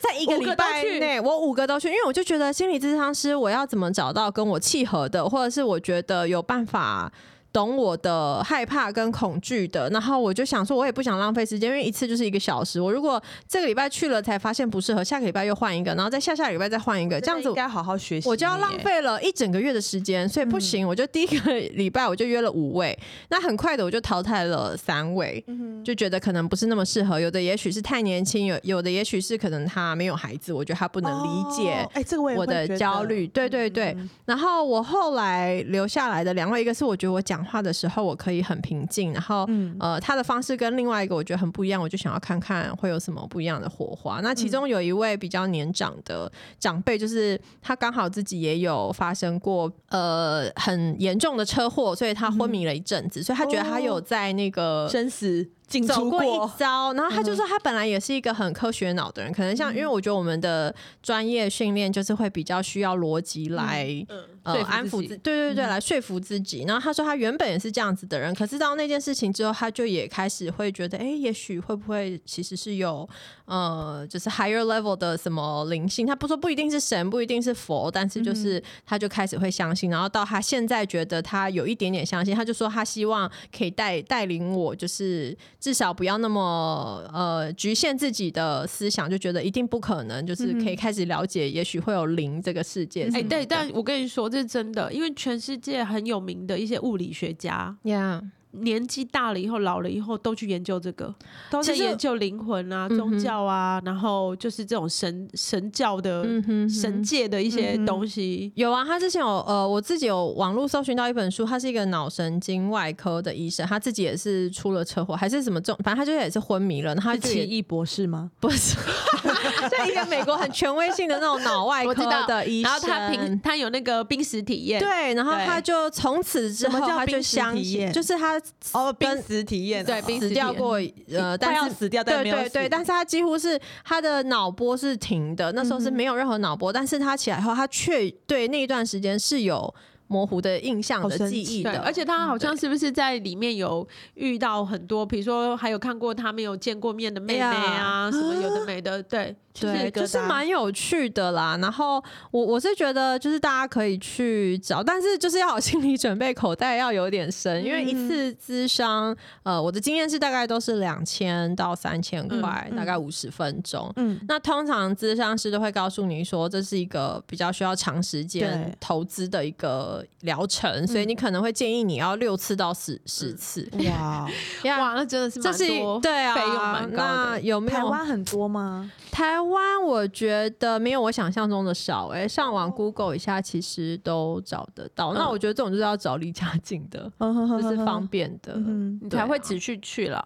B: 在一个礼拜内，我五个都去，因为我就觉得心理咨商师，我要怎么找到跟我契合的，或者是我觉得有办法。懂我的害怕跟恐惧的，然后我就想说，我也不想浪费时间，因为一次就是一个小时。我如果这个礼拜去了才发现不适合，下个礼拜又换一个，然后再下下礼拜再换一个，这样子
A: 应该嗯好好学习，
B: 我就要浪。费了一整个月的时间，所以不行。我就第一个礼拜我就约了五位，那很快的我就淘汰了三位，
A: 嗯
B: 就觉得可能不是那么适合。有的也许是太年轻，有有的也许是可能他没有孩子，我觉得他不能理解
A: 哦。哎、这个我也会
B: 我的
A: 觉得嗯
B: 焦虑，对对对。然后我后来留下来的两位，一个是我觉得我讲话的时候我可以很平静，然后
A: 嗯
B: 呃，他的方式跟另外一个我觉得很不一样，我就想要看看会有什么不一样的火花。那
A: 嗯
B: 其中有一位比较年长的长辈，就是他刚好自己也有发生过呃很严重的车祸，所以他
A: 嗯
B: 昏迷了一阵子，所以他觉得他
A: 哦
B: 有在那个
A: 生死进
B: 走
A: 出
B: 过一嗯
A: 过，
B: 遭，然后他就说他本来也是一个很科学脑的人，可能像因为我觉得我们的专业训练就是会比较需要逻辑来、
A: 嗯
D: 说
B: 呃
D: 服自己嗯
B: 安抚自，对对对，来说服自己。然后他说他原本也是这样子的人，可是到那件事情之后，他就也开始会觉得，哎，也许会不会其实是有呃，就是 higher level 的什么灵性？他不说不一定是神，不一定是佛，但是就是他就开始会相信。然后到他现在觉得他有一点点相信，他就说他希望可以带带领我，就是至少不要那么呃局限自己的思想，就觉得一定不可能，就是可以开始了解，也许会有灵这个世界什么的。
D: 嗯哎、对，但我跟你说，这是真的，因为全世界很有名的一些物理学家，
B: Yeah，
D: 年纪大了以后、老了以后，都去研究这个，都在
B: 其实嗯
D: 研究灵魂啊、宗教啊，然后就是这种神神教的、
B: 嗯哼嗯
D: 神界的一些东西。
B: 有啊，他之前有呃，我自己有网络搜寻到一本书，他是一个脑神经外科的医生，他自己也是出了车祸还是什么重，反正他就是也是昏迷了，然后他
A: 是
B: 就
A: 奇
B: 也
A: 异博士吗？
B: 不是， (laughs) 就一个美国很权威性的那种脑外
D: 我知
B: 科
D: 道
B: 的医生，
D: 然后他平他有那个濒死体验，
B: 对，然后
D: 对
B: 他就从此之
A: 什
B: 后
A: 么叫
B: 他就
A: 濒死
B: 相
A: 体
B: 信，
A: 验
B: 就是他
A: 哦，濒
B: 跟
A: 死体验啊，
D: 对濒死
B: 死
D: 体
B: 掉
D: 验
B: 过呃，
A: 快
B: 但
A: 要
B: 是
A: 死掉，但
B: 对
A: 没有
B: 对对，
A: 死
B: 但是他几乎是他的脑波是
A: 嗯
B: 停的，那时候是没有任何脑波，但是他起来后，他却对那一段时间是有。模糊的印象
A: 好
B: 的
A: 神
B: 记
A: 奇
B: 忆
C: 对，
B: 的，
C: 而且他好像
B: 对
C: 是不是在里面有遇到很多，比如说还有看过他没有见过面的妹妹啊，什么有的没的，对，就是
B: 哎对，
A: 疙
B: 就是
A: 瘩
B: 蛮有趣的啦。然后我我是觉得，就是大家可以去找，但是就是要有心理准备，口袋要有点深，因为
A: 嗯
B: 一次咨商，呃，我的经验是大概都是两千到三千块，
A: 嗯嗯
B: 大概五十分钟。 (laughs)
A: 嗯，
B: 那通常咨商师都会告诉你说，这是一个比较需要长时间
A: 对嗯
B: 投资的一个疗程，所以你可能会建议你要六次到十十次。
A: 哇，
B: 呀
C: 哇，那真的是
B: 这
C: 蛮
B: 是
C: 多
B: 对啊，
C: 费用蛮高
B: 那
C: 的。
B: 有没有
A: 台湾很多吗？
B: 台湾我觉得没有我想象中的少、欸，上
A: 哦
B: 网 Google 一下，其实都找得到。
A: 嗯
B: 那我觉得这种就是要找离家近
A: (laughs)
B: 的，
A: 就
B: 就是呃方，便的，
A: 嗯哼
C: 你
B: 对
C: 才
B: 啊
C: 会持续去了。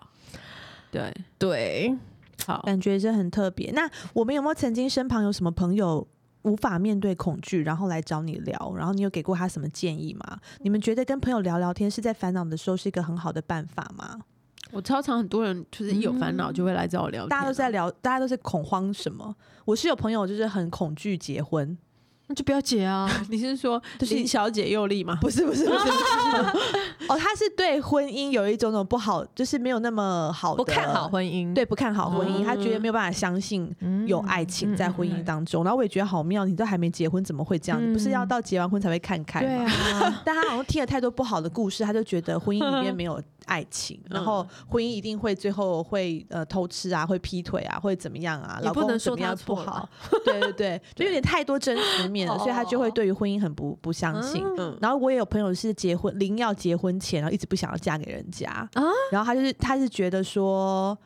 C: 对，
B: 对。哦
C: 好，
A: 感觉是很特别。那我们有没有曾经身旁有什么朋友无法面对恐惧，然后来找你聊，然后你有给过他什么建议吗？你们觉得跟朋友聊聊天是在烦恼的时候是一个很好的办法吗？
C: 我超常很多人就是一有烦恼就会来找我聊天啊，
A: 大家都在聊，大家都在恐慌什么？我是有朋友就是很恐惧结
B: (laughs)
A: 婚，
B: 那就不要解啊！
C: (laughs) 你是说
A: 就是
C: 林小姐又丽吗？
A: 不是不是不是，哦，他是对婚姻有一种种不好，就是没有那么好的，
B: 不看好婚姻，
A: 对，不看好婚姻，
C: 嗯
A: 他觉得没有办法相信
B: 嗯
A: 有爱情在婚姻当中。然后我也觉得好妙，你都还没结婚，怎么会这样？你不是要到结完婚才会看开
B: 嗯对
A: 吗？
B: 啊，
A: (laughs) 但他好像听了太多不好的故事，他就觉得婚姻里面没有爱情，然
B: 嗯
A: 后婚姻一定会最后会呃偷吃啊，会劈腿啊，会怎么样啊，
B: 嗯也
A: 老
B: 不
A: 公
B: 能
A: 怎么
B: 说他
A: 样不
B: 错
A: 好
B: 啦，
A: 对对对，就有点太多真实面了，所以他就会对于婚姻很不不相信。
C: 嗯，
A: 然后我也有朋友是结婚临要结婚前，然后一直不想要嫁给人家啊
B: 啊，
A: 然后他就是他是觉得说，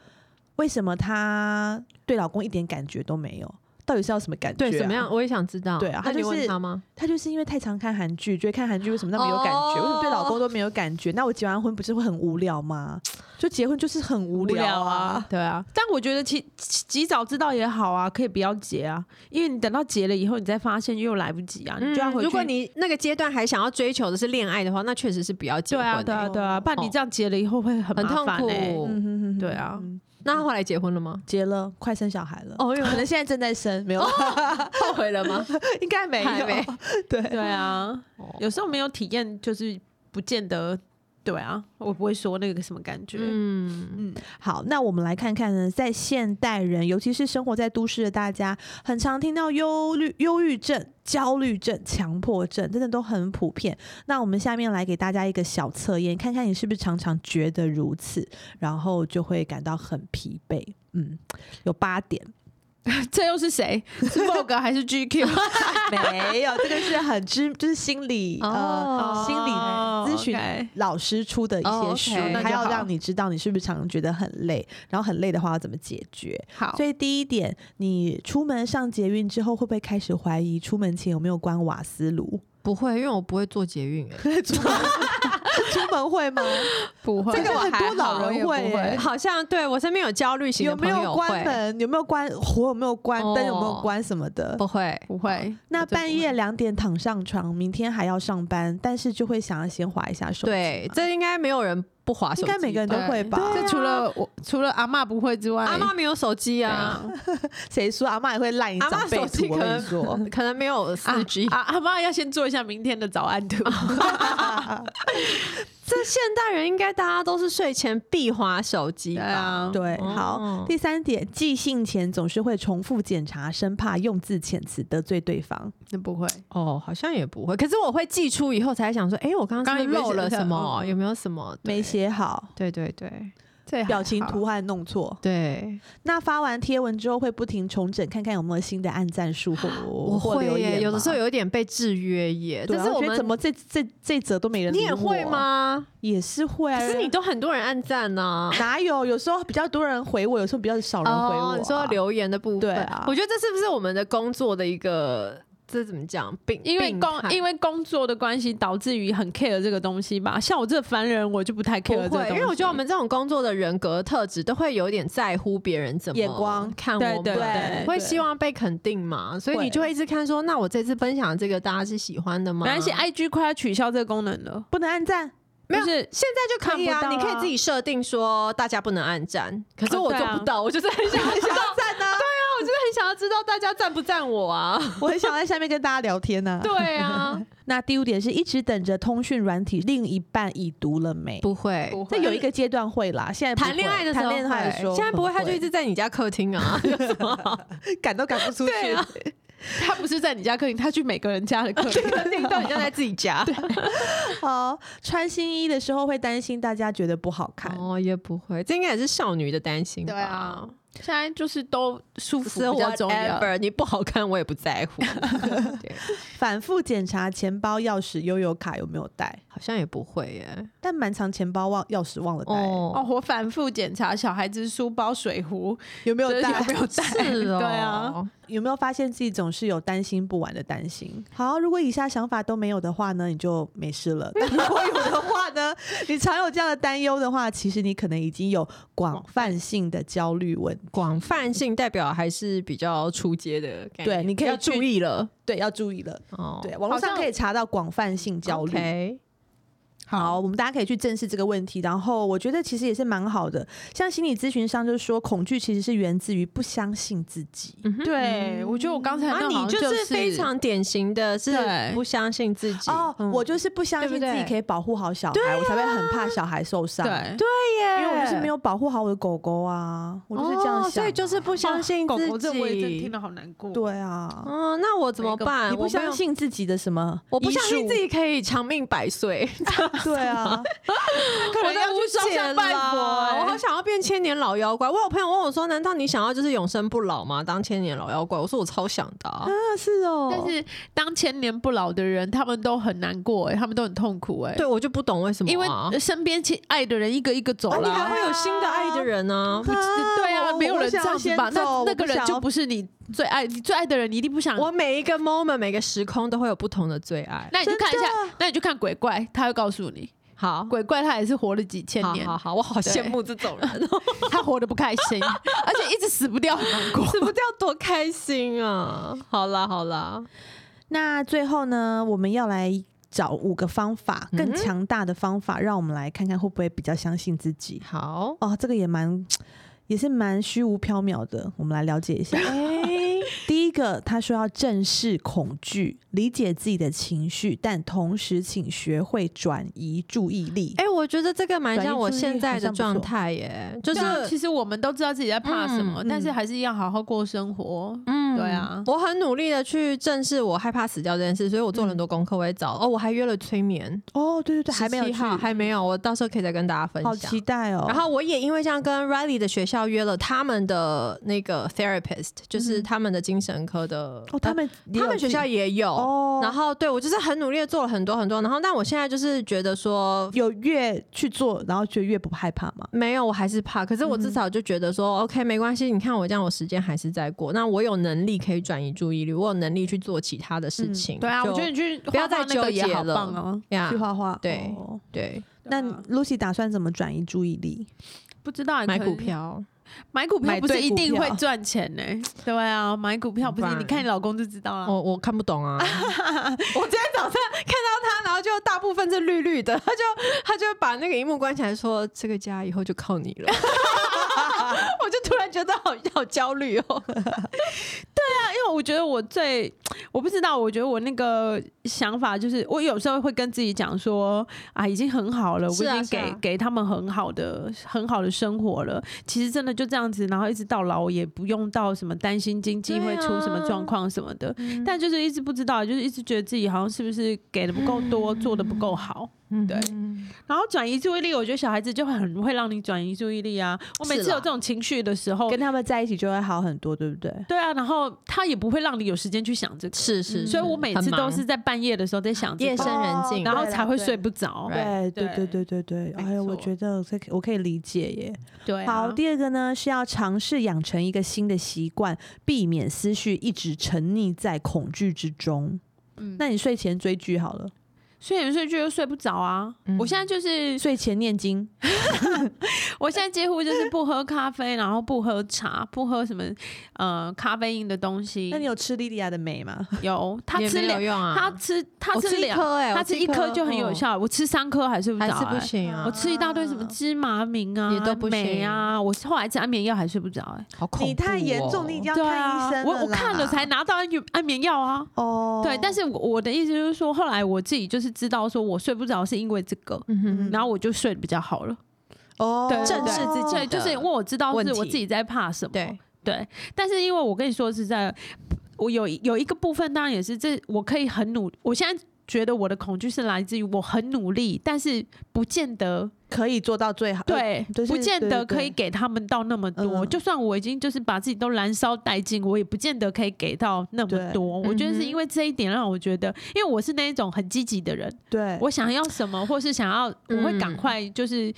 A: 为什么她对老公一点感觉都没有？到底是要什么感觉、
B: 对，怎么样？？我也想知道。
A: 啊对啊
B: 那
A: 他
B: 你
A: 就是
B: 问他吗？
A: 她就是因为太常看韩剧，觉得看韩剧为什么那么有感觉，为什么对老公都没有感觉？那我结完婚不是会很无聊吗？就结婚就是很无聊啊。，
C: 对啊。但我觉得其其及早知道也好啊，可以不要结啊，因为你等到结了以后，你再发现又来不及啊，你就要回去。
B: 嗯如果你那个阶段还想要追求的是恋爱的话，那确实是不要结
C: 对
B: 婚、
C: 啊，对啊，
A: 欸
C: 对啊，不然你这样结了以后会很
B: 很
C: 麻
B: 痛
C: 烦
B: 苦。
C: 欸
A: 嗯哼哼哼
C: 对啊
A: 嗯
B: 那他后来结婚了吗？
A: 结了，快生小孩了。
B: 哦，
A: 可能现在正在生，没有，
B: 后悔了 (laughs) 吗？
A: (laughs) 应该没
B: 还
A: 有。
B: 没
A: 对，
C: (laughs) 对啊，
A: 哦
C: 有时候没有体验，就是不见得。对啊，我不会说那个什么感觉。
B: 嗯，
A: 好，那我们来看看呢，在现代人，尤其是生活在都市的大家，很常听到忧虑、忧郁症、焦虑症、强迫症，真的都很普遍。那我们下面来给大家一个小测验，看看你是不是常常觉得如此，然后就会感到很疲惫。嗯，有八点，
C: (laughs) 这又是谁？是 Vogue
A: 啊
C: 啊还是 GQ？
A: (laughs) 没有，这个是很知，就是心理、
B: 哦
A: 呃心理咨询
C: OK
A: 老师出的一
B: 哦
A: 些
B: ，OK
A: 书，
B: 那就
A: 他要
B: 好
A: 让你知道你是不是常常觉得很累，然后很累的话要怎么解决。
C: (laughs) 好，
A: 所以第一点，你出门上捷运之后，会不会开始怀疑出门前有没有关瓦斯
B: (laughs)
A: 炉？
B: 不会，因为我不会做捷运、欸。
A: 出门会 (laughs) 吗？
C: 不会
A: 这个很多老人会耶
C: 欸
B: 好像对我身边有焦虑型的
A: 有
B: 朋
A: 没
B: 友
A: 有关
B: 会？
A: 门？有没有关火？有没有关灯？有没有
B: 哦
A: 关什么的？
B: 不会，
C: 不会。
A: 那
B: 我就不
A: 半
B: 会
A: 夜两点躺上床，明天还要上班，但是就会想要先划一下手机嘛。
B: 对，这应该没有人不划手机
A: 应
B: 吧。
A: 该每个人都
C: 对
A: 会吧？
C: 这除了我，除了阿嬷不会之外，
B: 阿妈没有手机啊，
A: 谁说阿妈也会烂一
B: 阿嬷
A: 张被
B: 手
A: 子
B: 机？
A: 我
B: 可
A: 跟你说，(laughs)
B: (laughs) 能可能没有四 G
C: 啊。阿妈要先做一下明天的早安图。
B: 这现代人应该大家都是睡前必划手机
C: (laughs) 对
B: 吧？
C: 啊
A: 对，好
B: 哦。
A: 第三点，寄信前总是会重复检查，生怕用字遣词得罪对方。
C: 那不会，
B: 哦，好像也不会。可是我会寄出以后才想说，哎，我刚刚
C: 刚刚
B: 是不是
C: 有没有
B: 漏了
C: 写
B: 什么？
C: 嗯嗯
B: 有没有什么
A: 没？写好，
B: 对对对对
C: 这
A: 表情图案弄错。
B: 对，
A: 那发完贴文之后会不停重整，看看有没有新的按赞数或
B: 啊我
A: 或
B: 会
A: 留言
B: 耶，
A: 吗
B: 有的时候，有一点被制约耶。
A: 对
B: 这
A: 啊
B: 是
A: 我觉得
B: 们
A: 怎么啊这这这则都没人，
B: 你也会？吗？
A: 也是会啊，
B: 可是你都很多人按赞
A: (laughs)
B: 呢、哦
A: 哪有？有时候比较多人回我，有时候比较少人回我啊。
B: 你说留言的部分，
A: 对啊
B: 我觉得这是不是我们的工作的一个，这怎么讲病？
C: 因为工因
B: 为
C: 为工作的关系，导致于很 care 这个东西吧。像我这凡人，我就不太
B: 不
C: care 呃这个
B: 会，
C: 东西。
B: 因为我觉得我们这种工作的人格特质都会有点在乎别人怎么
A: 眼光
B: 看我
C: 对
B: 们，
C: 对
A: 对
B: 会
A: 对
B: 希望被肯定嘛，所以
A: 会
B: 你就会一直看说，那我这次分享的这个大家是喜欢的吗？
C: 没关系，IG 哎快要取消这个功能了，
A: 不能按
B: (laughs)
A: 赞，
B: 没有
C: 就是
B: 现在就可以啊，
C: 看不到啊
B: 你可以自己设定说大家不能按赞，可是
C: 哦
B: 我
C: 对
B: 做
C: 啊
B: 不到，我就是很想按
A: 想
B: 赞，
A: 按赞呢？
B: 我就是很想啊，知道大家赞不赞我
A: (laughs)
B: 啊？
A: 我很想在下面跟大家聊天呢、
B: 对啊，
A: 那第五点是一直等着通讯软体另一半已读了没？
B: 不会。
C: 不会
A: 这有一个阶段会啦，现在不会
B: 谈恋爱的时候
A: 谈
B: 会，
A: 恋爱的时候，
B: 现在不会，他就一直在你家客厅啊。有什么好
A: 赶都赶不出去。
B: 对啊
C: 他不是在你家客厅，他去每个人家的客厅。
B: 客厅
C: (laughs)
B: 到底就在自己家。
A: (laughs) 好，穿新衣的时候会担心大家觉得不好看。
B: 哦，也不会，这应该也是少女的担心吧。
C: 对啊，现在就是都舒
B: 不
C: 服
B: 是
C: 比较重要。
B: whatever，你不好看我也不在乎。对，
A: 反复检查钱包、钥匙、悠游卡有没有带，
B: 好像也不会耶。
A: 但蛮常钱包忘钥匙忘了带，
C: 哦，，我反复检查小孩子书包、水壶，
A: 有没有
C: 就是
A: 带？
C: 有没有带？
B: 是哦，
C: (laughs) 对啊，，
A: (laughs) 有没有发现自己总是有担心不完的担心？好，如果以下想法都没有的话呢，你就没事
B: (laughs)
A: 了。但如果有的话呢，你常有这样的担忧的话，其实你可能已经有广泛性的焦虑问题。
B: 广泛性代表还是比较出街的概念，
A: 对你可以
B: 要
A: 去
B: 注意了。
A: 对，要注意了。
B: 哦，
A: 对，网络上可以查到广泛性焦虑。
B: OK
A: 好，我们大家可以去正视这个问题。然后我觉得其实也是蛮好的，像心理咨询上就是说，恐惧其实是源自于不相信自己。
B: 嗯哼。
C: 对，我觉得我刚才
B: 啊，
C: 那好像
B: 你
C: 就是
B: 是非常典型的是
C: 对
B: 不相信自己嗯
A: 哦，我就是不相信
B: 对不
A: 自
B: 对啊
A: 己可以保护好小孩，我才会很怕小孩受伤。
C: 对
A: 因
B: 耶
A: 为我就是没
B: 有，
A: 有保护好我的狗狗啊，我就是这样想啊、
B: 哦所以就是不相信
C: 狗
B: 自
C: 狗，这我也真听
B: 己。
C: 了好难过。
A: 对啊，
B: 哦，那我怎么办？
A: 你不
B: 我没有
A: 相，信自己的什
B: (laughs)
A: 么？
B: 我不相信自己可以长命百岁，
A: 对啊，
B: 可能要去烧香拜佛欸。我好想要变千年老妖怪。我有朋友问我说：“难道你想要就是永生不老吗？当千年老妖怪？”我说：“我超想的、啊。
A: 那是哦。
C: 但是当千年不老的人，他们都很难过、哎，他们都很痛苦、哎，
B: 对，我就不懂为什么、啊，哦
C: 因为身边亲爱的人一个一个走
A: 啊
C: 了、
A: 你
B: 还会有新的爱的人呢、
A: 啊
C: 对啊，
A: 我
C: 没有人这样子吧？
A: 我不想要先
C: 那
A: 走
C: 那个人就
A: 我不
C: 不是你最爱，你最爱的人，你一定不
B: (laughs)
C: 想。
B: 我每一个 moment，每个时空都会有不同的最爱。
C: 那你就看一下
A: 真的，
C: 那你就看鬼怪，他会告诉你，
B: 好，
C: 鬼怪他也是活了几千
B: 好
C: 年，
B: 好好，我好
C: 对
B: 羡慕这种人， (laughs)
C: 他活得不开心，而且一直死不掉，很难过。
B: 死不掉多开心啊！ (laughs) 好啦好啦，
A: 那最后呢，我们要来找五个方法，
B: 嗯
A: 更强大的方法，让我们来看看会不会比较相信自己。
B: 好，
A: 哦，这个也蛮，也是蛮虚无缥缈的。我们来了解
B: (laughs)
A: 一下。哎第一个，他说要正视恐惧，理解自己的情绪，但同时请学会转移注意力。
B: 哎、我觉得这个蛮
A: 转移
B: 像我
A: 注意
B: 现
A: 力好
B: 在的
A: 像不
B: 状
A: 错
B: 态耶，就
C: 对啊
B: 是
C: 其实我们都知道自己在怕什么，
A: 嗯嗯
C: 但是还是要好好过生活。
B: 嗯
C: 对啊
B: 我很努力的去正视我害怕死掉这件事，所以我做了很多功课，我也找、哦，我还约了催眠，
A: 哦，嗯对对对，还没有
B: 17
A: 去，
B: 号还没有，我到时候可以再跟大家分
A: 好
B: 享
A: 期。待哦。
B: 然后我也因为这样跟 Riley 的学校约了他们的那个 therapist，就是他们的精神科的，
A: 嗯哦，他们
B: 呃他们学校
A: 也
B: 也有。
A: 有哦，
B: 然后对我就是很努力的做了很多很多，然后但我现在就是觉得说
A: 有越去做，然后就越不害怕嘛。
B: 没有，我还是怕。可是我至少就觉得说、o k 没关系。你看我这样，我时间还是在过，那我有能力可以转移注意力，我有能力去做其他的事情。
C: 对啊，
B: 就
C: 我觉得你去
B: 不要
C: 画画
B: 再
C: 那个
B: 纠
C: 也
B: 结
C: 好
B: 了
C: 棒哦。
B: 呀
A: 去画画，
B: 啊对
A: 哦
B: 对，
A: 那
C: 对啊
A: Lucy 打算怎么转移注意力？
C: 不知道
B: 买股，票，
C: 买股票
A: 买
C: 不是
A: 对
C: 一
A: 股
C: 定会
A: 票
C: 赚钱呢、对啊，买股票不
B: 怎
C: 是
B: 么
C: 你
B: 办
C: 看你老公就知道了。
B: 我我看不懂啊。 (laughs) 我今天早上看到他，然后就大部分是绿绿的，他就他就把那个荧幕关起来说：“这个家以后就靠你了。”我就突然觉得好 (laughs) 好焦虑哦。
C: 啊因为我觉得我最我不知道，我觉得我那个想法就是，我有时候会跟自己讲说啊，已经很好了，我已
B: 是啊
C: 经
B: 是
C: 给、
B: 啊
C: 给他们很好的很好的生活了。其实真的就这样子，然后一直到老也不用到什么担心经济会出什么状况什么的。
B: 嗯啊
C: 但就是一直不知道，就是一直觉得自己好像是不是给的不够多，做的不够好。
B: 嗯
C: 对然后转移注意力，我觉得小孩子就很会让你转移注意力啊。我每
B: 是
C: 次有
B: 啦
C: 这种情绪的时候
A: 跟，他们在一起就会好很多，对不对？
C: 对啊，然后他也不会让你有时间去想这个。
B: 是是，
C: 所
B: 是
C: 以我每
B: 嗯很
C: 次都
B: 忙啊
C: 是在半夜的时候在想这
B: 夜
C: 个
B: 深人静，
C: 然后
A: 对啦
C: 才会
A: 对
C: 睡不着。
A: 对对对
C: 对
A: 对对对，哎呀，
C: 没
A: 我
C: 错
A: 觉得这可我可以理解耶。
C: 对啊
A: 好，第二个呢是要尝试养成一个新的习惯，避免思绪一直沉溺在恐惧之中。
C: 嗯
A: 那你睡前追剧好了，
C: 睡眠睡觉又睡不着啊。
B: 嗯
C: 我现在就是，
A: 睡前念经，
C: 我现在几乎就是不喝咖啡，然后不喝茶，不喝什么呃咖啡因的东西。
A: 那你有吃莉莉娅的美吗？
C: 有他
B: 也
C: 吃
B: 没有
C: 两，
B: 用啊，
C: 他吃他
B: 我
C: 吃
B: 一
C: 两，
B: 颗哎，
C: 他
B: 我
C: 吃一颗就很有
B: 嗯
C: 效。我吃三颗还睡不着
B: 还是
C: 欸，
B: 不行啊
C: 我，吃一大堆什么芝麻明啊，
B: 也都不
C: 美啊，我后来吃安眠药还睡不着哎、
B: 好恐怖哦！
A: 你太严重，你已经要
C: 对
A: 看医
C: 啊
A: 生，
C: 我我
A: 啦
C: 看了才拿到安眠安眠药啊。
A: 哦，
C: 对，但是我我的意思就是说，后来我自己就是知道，说我睡不着是因为这个，
B: 嗯哼
A: 嗯
C: 然后我就睡得比较好了。
A: 哦，
C: 对，
B: 正视自己
C: 对，
B: 的
C: 就是因为我知道
B: 问
C: 是
B: 题
C: 我自己在怕什么。
B: 对，
C: 对，但是因为我跟你说是在，我有有一个部分，当然也是这，我可以很努，我现在觉得我的恐惧是来自于我很努力，但是不见得
A: 可以做到最好。呃
C: 对，
A: 就是
C: 不见
A: 对
C: 得
A: 对对
C: 可以给他们到那么多。
A: 嗯
C: 就算我已经就是把自己都燃烧殆尽，我也不见得可以给到那么
A: 对
C: 多。我觉得是
B: 嗯哼
C: 因为这一点让我觉得，因为我是那一种很积极的人，
A: 对，
C: 我想要什么，或是想要，我会赶
B: 嗯
C: 快就是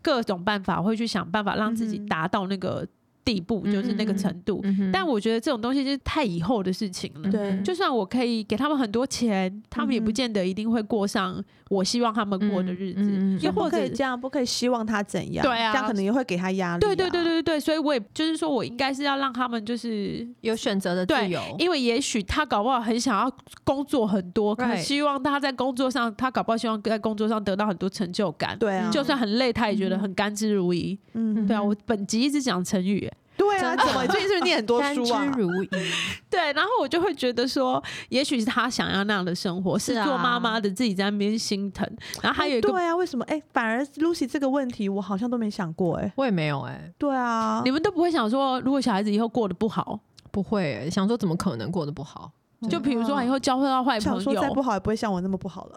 C: 各种办法，会去想办法让自己
A: 嗯哼
C: 达到那个地步，就是那个
B: 嗯哼
C: 程度。
B: 嗯哼嗯
C: 但我觉得这种东西就是太以后的事情了。
A: 对
C: 就算我可以给他们很多钱，他们也不见得一定会过上我希望他们过的日子。
B: 嗯嗯嗯
C: 又
A: 就不
C: 或者
A: 可以这样，不可以希望他怎样，
C: 对啊
A: 这样可能也会给他压力、啊。
C: 对对对对对，所以我也就是说我应该是要让他们就是。
B: 有选择的自
C: 对
B: 由，
C: 因为也许他搞不好很想要工作很多，可能
B: Right
C: 希望他在工作上，他搞不好希望在工作上得到很多成就感。
A: 对啊，
C: 就算很累，他也觉得很甘之如饴。
A: 嗯，
C: 对啊，
B: 嗯
C: 我本集一直讲成语耶，
A: 对啊，
B: 真的
A: 怎么最近是不是念很多
B: 甘
A: 书啊
B: 之？如饴，
A: (laughs)
C: 对，然后我就会觉得说，也许是他想要那样的生活，是
B: 是啊
C: 做妈妈的自己在那边心疼。然后还有一个，
A: 对啊，为什么？哎、反而 Lucy 这个问题我好像都没想过、哎，
B: 我也没有哎，
A: 对啊
C: 你，们都不会想说，如果小孩子以后过得不好，
B: 不会欸想说怎么可能过得
A: (laughs)
B: 不好？
C: 就比如说以后交到坏
A: 嗯啊想
C: 朋
A: 说再不
C: 友，
A: 好也不会像我那么不好了。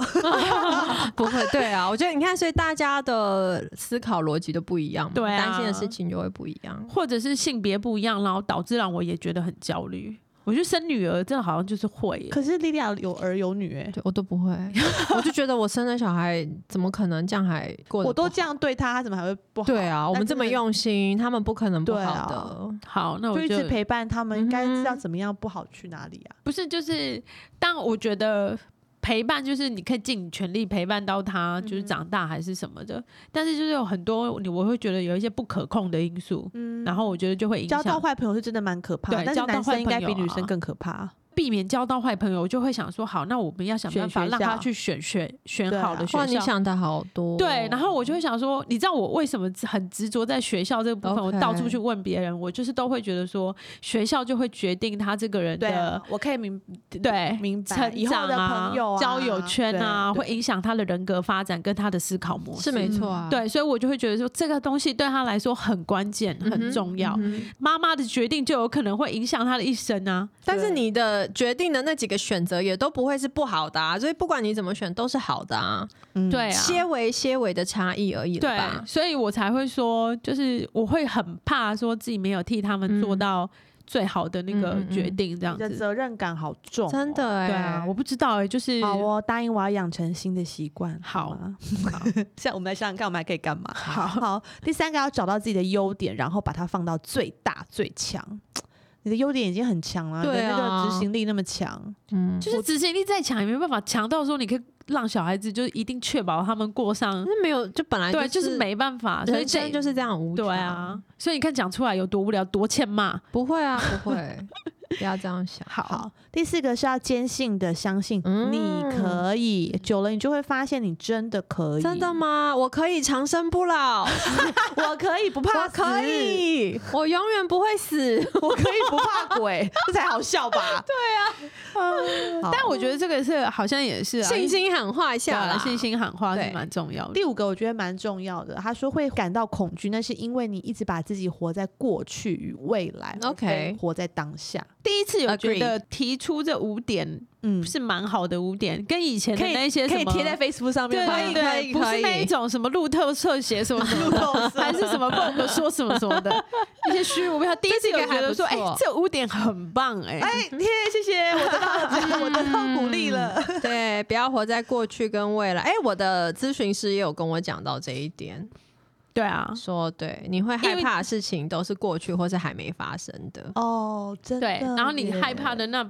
B: 不会，对啊，我觉得你看，所以大家的思考逻辑都不一样嘛，
C: 对啊
B: 担心的事情就会不一样。
C: 或者是性别不一样，然后导致让我也觉得很焦虑。我觉得生女儿真的好像就是会耶，
A: (laughs) 可是莉莉娅有儿有女、哎，
B: 对我都不
A: (laughs)
B: 会，我就觉得我生了小孩，怎么可能这样还过得
A: 我都
B: 不好
A: 这样对她，她怎么还会不好？
B: 对啊，我们
A: 但
B: 这么
A: 真的
B: 用心，他们不可能不
A: 对啊
B: 好的。
C: 好，那我
A: 就一
C: 就
A: 直陪伴他们，应该知道
B: 嗯哼
A: 怎么样不好去哪里啊？
C: 不是就是，但我觉得陪伴就是你可以尽你全力陪伴到
A: 嗯
C: 他，就是长大还是什么的。但是就是有很多你我会觉得有一些不可控的因素，
A: 嗯，
C: 然后我觉得就会影
A: 交到
C: 响。
A: 坏朋友是真的蛮可怕的
C: 对，
A: 但是
C: 交到
A: 男
C: 坏
A: 生应该
C: 朋
A: 比
C: 友
A: 女
C: 啊
A: 生更可怕。
C: 避免交到坏朋友，我就会想说好，那我们要想办法
A: 选学
C: 让
A: 校
C: 他去选选选
A: 对啊
C: 好的学
B: 哇，
C: 校。
B: 你想的好多哦。
C: 对，然后我就会想说，你知道我为什么很执着在学校这个部分
B: OK
C: 我到处去问别人，我就是都会觉得说，学校就会决定他这个人
A: 对啊
C: 的，
A: 我可以明
C: 对
A: 明白
C: 成
A: 以后
C: 长
A: 的
C: 啊、
A: 朋友啊
C: 交友圈啊，
A: 对
C: 会影响他的人格发展跟他的思考模
B: 是
C: 式。
B: 没错
A: 嗯
B: 啊，
C: 对，所以我就会觉得说，这个东西对他来说很关键、
B: 嗯哼，
C: 很重要。
B: 嗯哼
C: 妈妈的决定就有可能会影响他的一生
A: 嗯
C: 啊。
B: 但是你的决定的那几个选择也都不会是不好的啊，所以不管你怎么选都是好的啊，
A: 嗯
C: 对啊，
B: 些微些微的差异而已了
C: 对
B: 吧，？
C: 所以我才会说，就是我会很怕说自己没有替他们做
B: 嗯
C: 到最好的那个
B: 嗯嗯嗯
C: 决定，这样
A: 你的
C: 子。
A: 责任感好重哦、
B: 真的哎、
C: 对啊，我不知道哎、就是
A: 好哦，答应我要养成新的习惯。
C: 好
A: 吗 (laughs)
C: 好
A: 像我们来想想看，我们还可以干嘛？好 (laughs) 好，第三个要找到自己的优点，然后把它放到最大最强。你的优点已经很强了，
B: 对
A: 你的那
B: 啊
A: 个执行力那么强，
B: 嗯，
C: 就是执行力再强也没办法强到说你可以让小孩子就是一定确保他们过上，
B: 那没有就本来
C: 对，
B: 嗯就
C: 就是没办法，所以
B: 人生
C: 这
B: 就是这样无
C: 对
B: 常
C: 啊，，所以你看讲出来有多无聊，多欠骂。
B: 不会啊，不
C: (laughs)
B: 会，不要这样想。
A: 好，第四个是要坚信的相信
B: 嗯
A: 你可以，久了你就会发现你真的可以，
B: 真的，吗？我可以长生不老，我
A: (laughs) 我可以不怕，
B: 可，以，我永远不会死。
A: 我可以不怕鬼， (laughs) 这才好笑 (laughs) 吧？对啊，
C: 但
A: 但
C: 我觉得这个是好像也是啊
B: 信心喊话一下
C: 对
B: 啦，
C: 啊信心喊话
B: 对
C: 是蛮重要的。
A: 第五个我觉得蛮重要的，他说会感到恐惧，那是因为你一直把自己活在过去与未来而
B: OK
A: 非活在当下，
C: 第一次有觉
B: Agree
C: 得提出这五点
A: 嗯，
C: 是蛮好的五点，跟以前的
A: 可以
C: 那一些
A: 可
C: 什
A: 以
C: 么
A: 贴在 Facebook 上面
C: 对
A: 吗？
C: 对
B: 可
C: 对，
B: 以
C: 不
B: 可
C: 是
B: 以
C: 那一种什么路透社写什么什么的，
B: (laughs)
C: 还是什么 Vogue 说什么什么的，一些虚无缥缈。第一次有觉得说，
B: 这
C: 哎
B: 几个还不错，
C: 这五点很棒哎。
A: 哎，耶，谢谢，我得到
C: (laughs)
A: 了，我得到鼓励了。
B: 对，不要活在过去跟未来。哎、我的咨询师也有跟我讲到这一点，
C: 对啊，
B: 说对，你会害
E: 因为
B: 怕的事情都是过去或是还没发生的。
A: 哦，真的
C: 对
A: 耶。，
C: 然后你害怕的那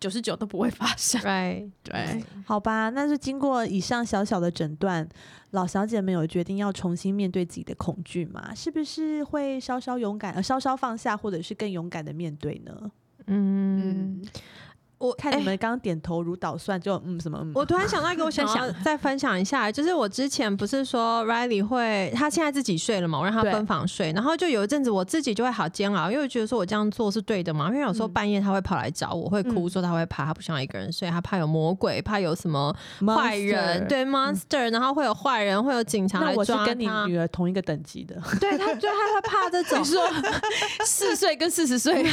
C: 九十九都不会发生。
B: (laughs) Right，
C: 对，
A: 好吧，那是经过以上小小的诊断，老小姐们有决定要重新面对自己的恐惧吗？是不是会稍稍勇敢，呃，稍稍放下，或者是更勇敢的面对呢？
B: 嗯，我
A: 看
B: 哎
A: 你们刚刚点头如捣蒜，就嗯什么嗯，
B: 我突然想到一个，
A: (laughs)
B: 我想
E: 分享
B: 要再分享一下，就是我之前不是说 Riley 会，他现在自己睡了嘛，我让他
E: 对
B: 分房睡，然后就有一阵子我自己就会好煎熬，因为我觉得说我这样做是对的嘛，因为有时候
A: 嗯
B: 半夜他会跑来找我，会哭
A: 嗯
B: 说他会怕，他不想一个人睡，他怕有魔鬼，怕有什么
A: Monster 嗯
B: 坏人，。对 monster，然后会有坏人，会有警察
A: 那
B: 来
A: 我是
B: 抓
A: 跟你
B: 他，
A: 女儿同一个等级的
B: 对他，对他会
A: (laughs)
B: 怕这种
E: 你。说四岁跟四十
C: (laughs)
E: 岁，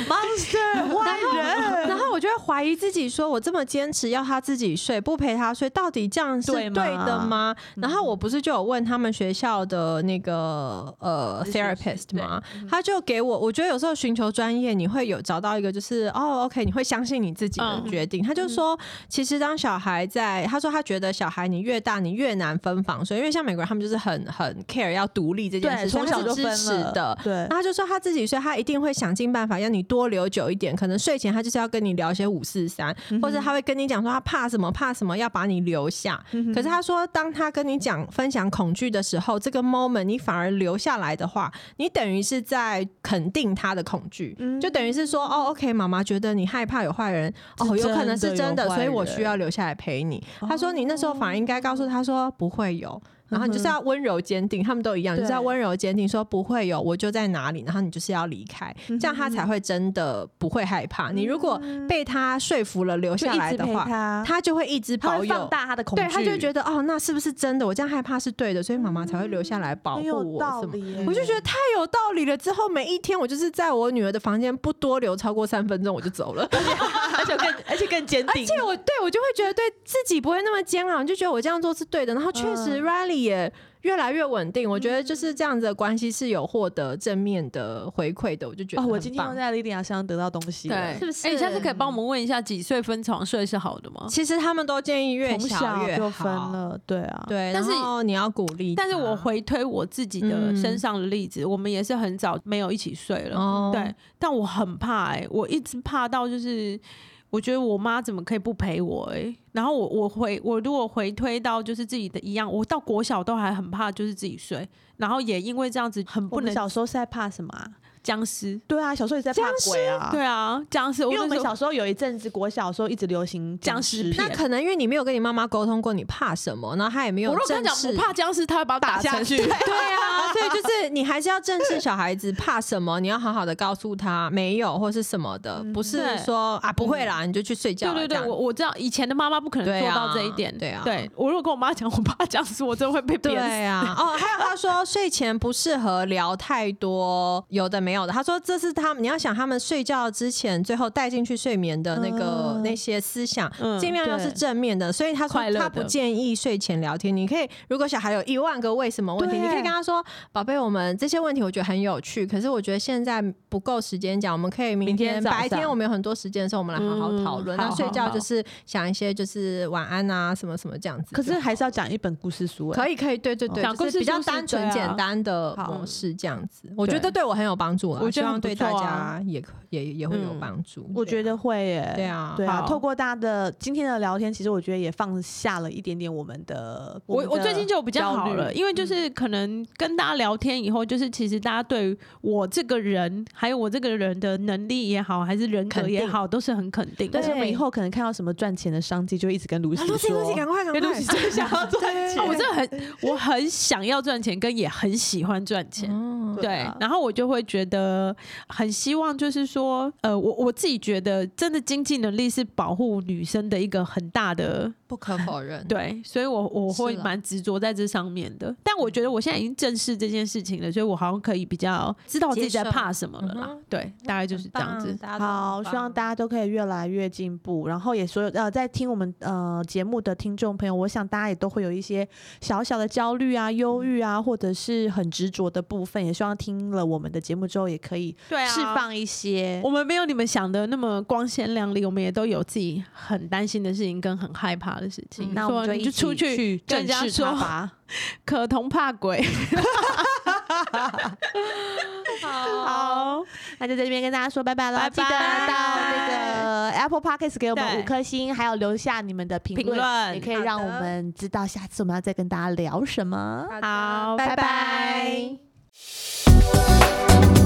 A: monster 坏人，
B: 然后我就会怀疑自己，说我这么坚持要他自己睡，不陪他睡，到底这样是
A: 对
B: 对
A: 吗嗯
B: 的吗？然后我不是就有问他们学校的那个呃
A: 咨询师
B: therapist
A: 对嗯
B: 吗？他就给我，我觉得有时候寻求专业，你会有找到一个就是哦，OK，你会相信你自己的
C: 嗯
B: 决定。他就说，其实当小孩在，他说他觉得小孩你越大，你越难分房睡，因为像美国人他们就是很很 care 要独立这件
A: 对，
B: 事，所
A: (laughs)
B: 以
A: 从
B: 他
A: 小
B: 是
A: 就分
B: 支持
A: 了
B: 的。
A: 对
B: 然后，他就说他自己睡，他一定会想尽办法让你多留久一点。可能睡前他就是要跟你聊一些五四三，
A: 嗯
B: 或者他会跟你讲说他怕什么怕什么，要把你留下。
A: 嗯
B: 可是他说，当他跟你讲分享恐惧的时候，这个 moment 你反而留下来的话，你等于是在肯定他的恐惧，
A: 嗯
B: 就等于是说哦，OK，妈妈觉得你害怕有坏人，哦，有可能是
A: 真的
B: 真的，
A: 有坏
B: 所以我
A: 人
B: 需要留下来陪你。他说你那时候反而应该告诉他说不会有。然后你就是要温柔坚定，他们都一样，
A: 对
B: 就是要温柔坚定，说不会有，我就在哪里，然后你就是要离开，这样他才会真的不会害怕。啊你如果被他说服了留
A: 嗯就
B: 下
A: 一
B: 来
A: 直
B: 的
A: 陪
B: 话，
A: 他，
B: 他就会一直
A: 他
B: 保
A: 会
B: 有
A: 放，大他的恐惧，
B: 对，他就会觉得哦，那是不是真的？我这样害怕是对的，所以妈妈才会留下来保
A: 很
B: 护
A: 有
B: 我
A: 道
B: 什么。
A: 理耶。
B: 我就觉得太有道理了。之后每一天，我就是在我女儿的房间不多留超过三分钟，我就走了。
A: 而且更而且更坚定，
B: 对我对我就会觉得对自己不会那么煎熬，就觉得我这样做是对的。然后确实
A: 嗯
B: Riley 也越来越稳定，我觉得
C: 嗯
B: 就是这样子的关系是有获得正面的回馈的，我就觉得
A: 哦，我
B: 很
A: 今天又
B: 棒
A: 在莉莉亚身上得到东西了，
C: 对，
B: 是不是
C: 哎，你下次可以帮我们问一下，几岁分床睡是好的吗？
B: 其实他们都建议越
A: 从
B: 小越
A: 就分
B: 好，
A: 了，对啊，
B: 对，
C: 但是
B: 然后你要鼓励他，
C: 但是我回推我自己的
B: 嗯
C: 身上的例子，我们也是很早没有一起睡了，
B: 哦
C: 对，但我很怕哎、我一直怕到就是。我觉得我妈怎么可以不陪我哎、然后我我回我如果回推到就是自己的一样，我到国小都还很怕就是自己睡，然后也因为这样子很
A: 我
C: 不
A: 们
C: 能
A: 小时候是在怕什么、啊？
C: 僵尸，
A: 对啊，小时候也在怕鬼啊，
C: 对啊僵尸，
A: 因为我
C: 那
A: 们
C: 时候
A: 小时候有一阵子，国小的时候一直流行
C: 僵尸
A: 片
B: 那可能因为你没有跟你妈妈沟通过你怕什么，然后她也没有
C: 我如果跟
B: 正
C: 她讲
B: 视
C: 不怕僵尸，她会把我打
A: 打
C: 下
A: 下
C: 去，
B: (laughs)
A: 去
B: 对
C: (laughs)
B: 啊，所以就是你还是要正视小孩子怕什么，你要好好的告诉他没有或是什么的，不是
C: 嗯对
B: 说啊不会啦，你就去睡觉啦。
C: 对
B: 这
C: 对对，
B: 样
C: 我我知道以前的妈妈不可能
B: 对
C: 做
B: 啊
C: 到这一点。
B: 对啊
C: 我如果跟我妈讲我爸讲死，我真的会被
B: 对
C: 扁死。
B: 啊，哦，还有他说睡前不适合聊太多有的没有的。他说这是他们，你要想他们睡觉之前最后带进去睡眠的那个、
A: 嗯
B: 那些思想，
C: 嗯
B: 尽量要是
A: 对
B: 正面的。所以他说
C: 快乐
B: 他
C: 的
B: 不建议睡前聊天。你可以如果小孩有一万个为什么问题，
A: 对
B: 你可以跟他说：“宝贝，我们这些问题我觉得很有趣，可是我觉得现在不够时间讲，我们可以明
A: 明天早上
B: 白天我们有很多时间的时候，我们来好好讨论。
C: 嗯
B: 那
C: 好
B: 睡觉
C: 好好
B: 就是想一些就是晚安啊，什么什么这样子
A: 可
B: 就好。
A: 是还是要讲一本故事书、欸，
B: 可以，可以，对对对，
C: 讲
B: 就
C: 哦故
B: 是
C: 事
B: 比较
C: 就是
B: 单纯、
C: 对啊
B: 简单的
A: 好
B: 模式这样子，我觉得对我很有帮助啦，
C: 我觉
B: 希
C: 得很
B: 望对
C: 不错
B: 大
C: 啊
B: 家也可也也会有
C: 嗯
B: 帮助。
A: 我觉得会耶、
B: 对啊，
A: 对啊，
C: 好
A: 透过大家的今天的聊天，其实我觉得也放下了一点点我们的。
C: 我
A: 们
C: 我
A: 的
C: 最近就比较好
A: 焦
C: 了，
A: 虑嗯
C: 因为就是可能跟大家聊天以后，就是其实大家对于我这个人，还有我这个人的能力也好，还是人格也好，都是很肯定的。
A: 但是我
C: 对
A: 们以后可能看到什么赚钱的商机，就一直跟
C: 啊
A: 卢西
B: 啊
A: 说。
B: 快，赶
A: 跟卢西最想要赚钱，
C: 啊我真的很，我很想要赚钱，跟也很喜欢赚钱。
B: 嗯
A: 对
C: 对
A: 啊，
C: 然后我就会觉得很希望，就是说，呃，我我自己觉得，真的经济能力是保护女生的一个很大的
B: 不可否认，
C: 对，所以我
B: 嗯
C: 我
B: 是
C: 会
B: 啦
C: 蛮执着在这上面的。但我觉得我现在已经正视这件事情了，所以我好像可以比较知道我自己在
B: 接受
C: 怕什么了
B: 嗯
C: 啦
B: 哼。
C: 对，大概就是这样子
B: 很。棒，
A: 好，希望大
B: 家
A: 家都可以越来越进步。然后也所有呃，在听我们呃节目的听众朋友，我想大家也都会有一些小小的焦虑啊、忧郁啊，或者是很执着的部分。也希望听了我们的节目之后，也可以
C: 对啊
A: 释。放一些。
C: 我们没有你们想的那么光鲜亮丽，我们也都有自己很担心的事情跟很害怕的
B: 的事情。
A: 嗯那我们
C: 说
A: 就
C: 你
A: 一
C: 就
A: 起
C: 出去
A: 去正
C: 跟人家
A: 视
C: 说
A: 它吧。
C: 可同怕鬼。
A: 好，那就在这边跟大家说拜拜了，
C: 拜
A: 记得
C: 拜
A: 到那个 Apple Podcast 给我们
C: 对
A: 五颗星，还有留下你们的评
C: 评
A: 论，
C: 论
A: 也可以让我们知道下次我们要再跟大家聊什么。
C: 好，
A: 拜
C: 拜
A: 拜
C: 拜。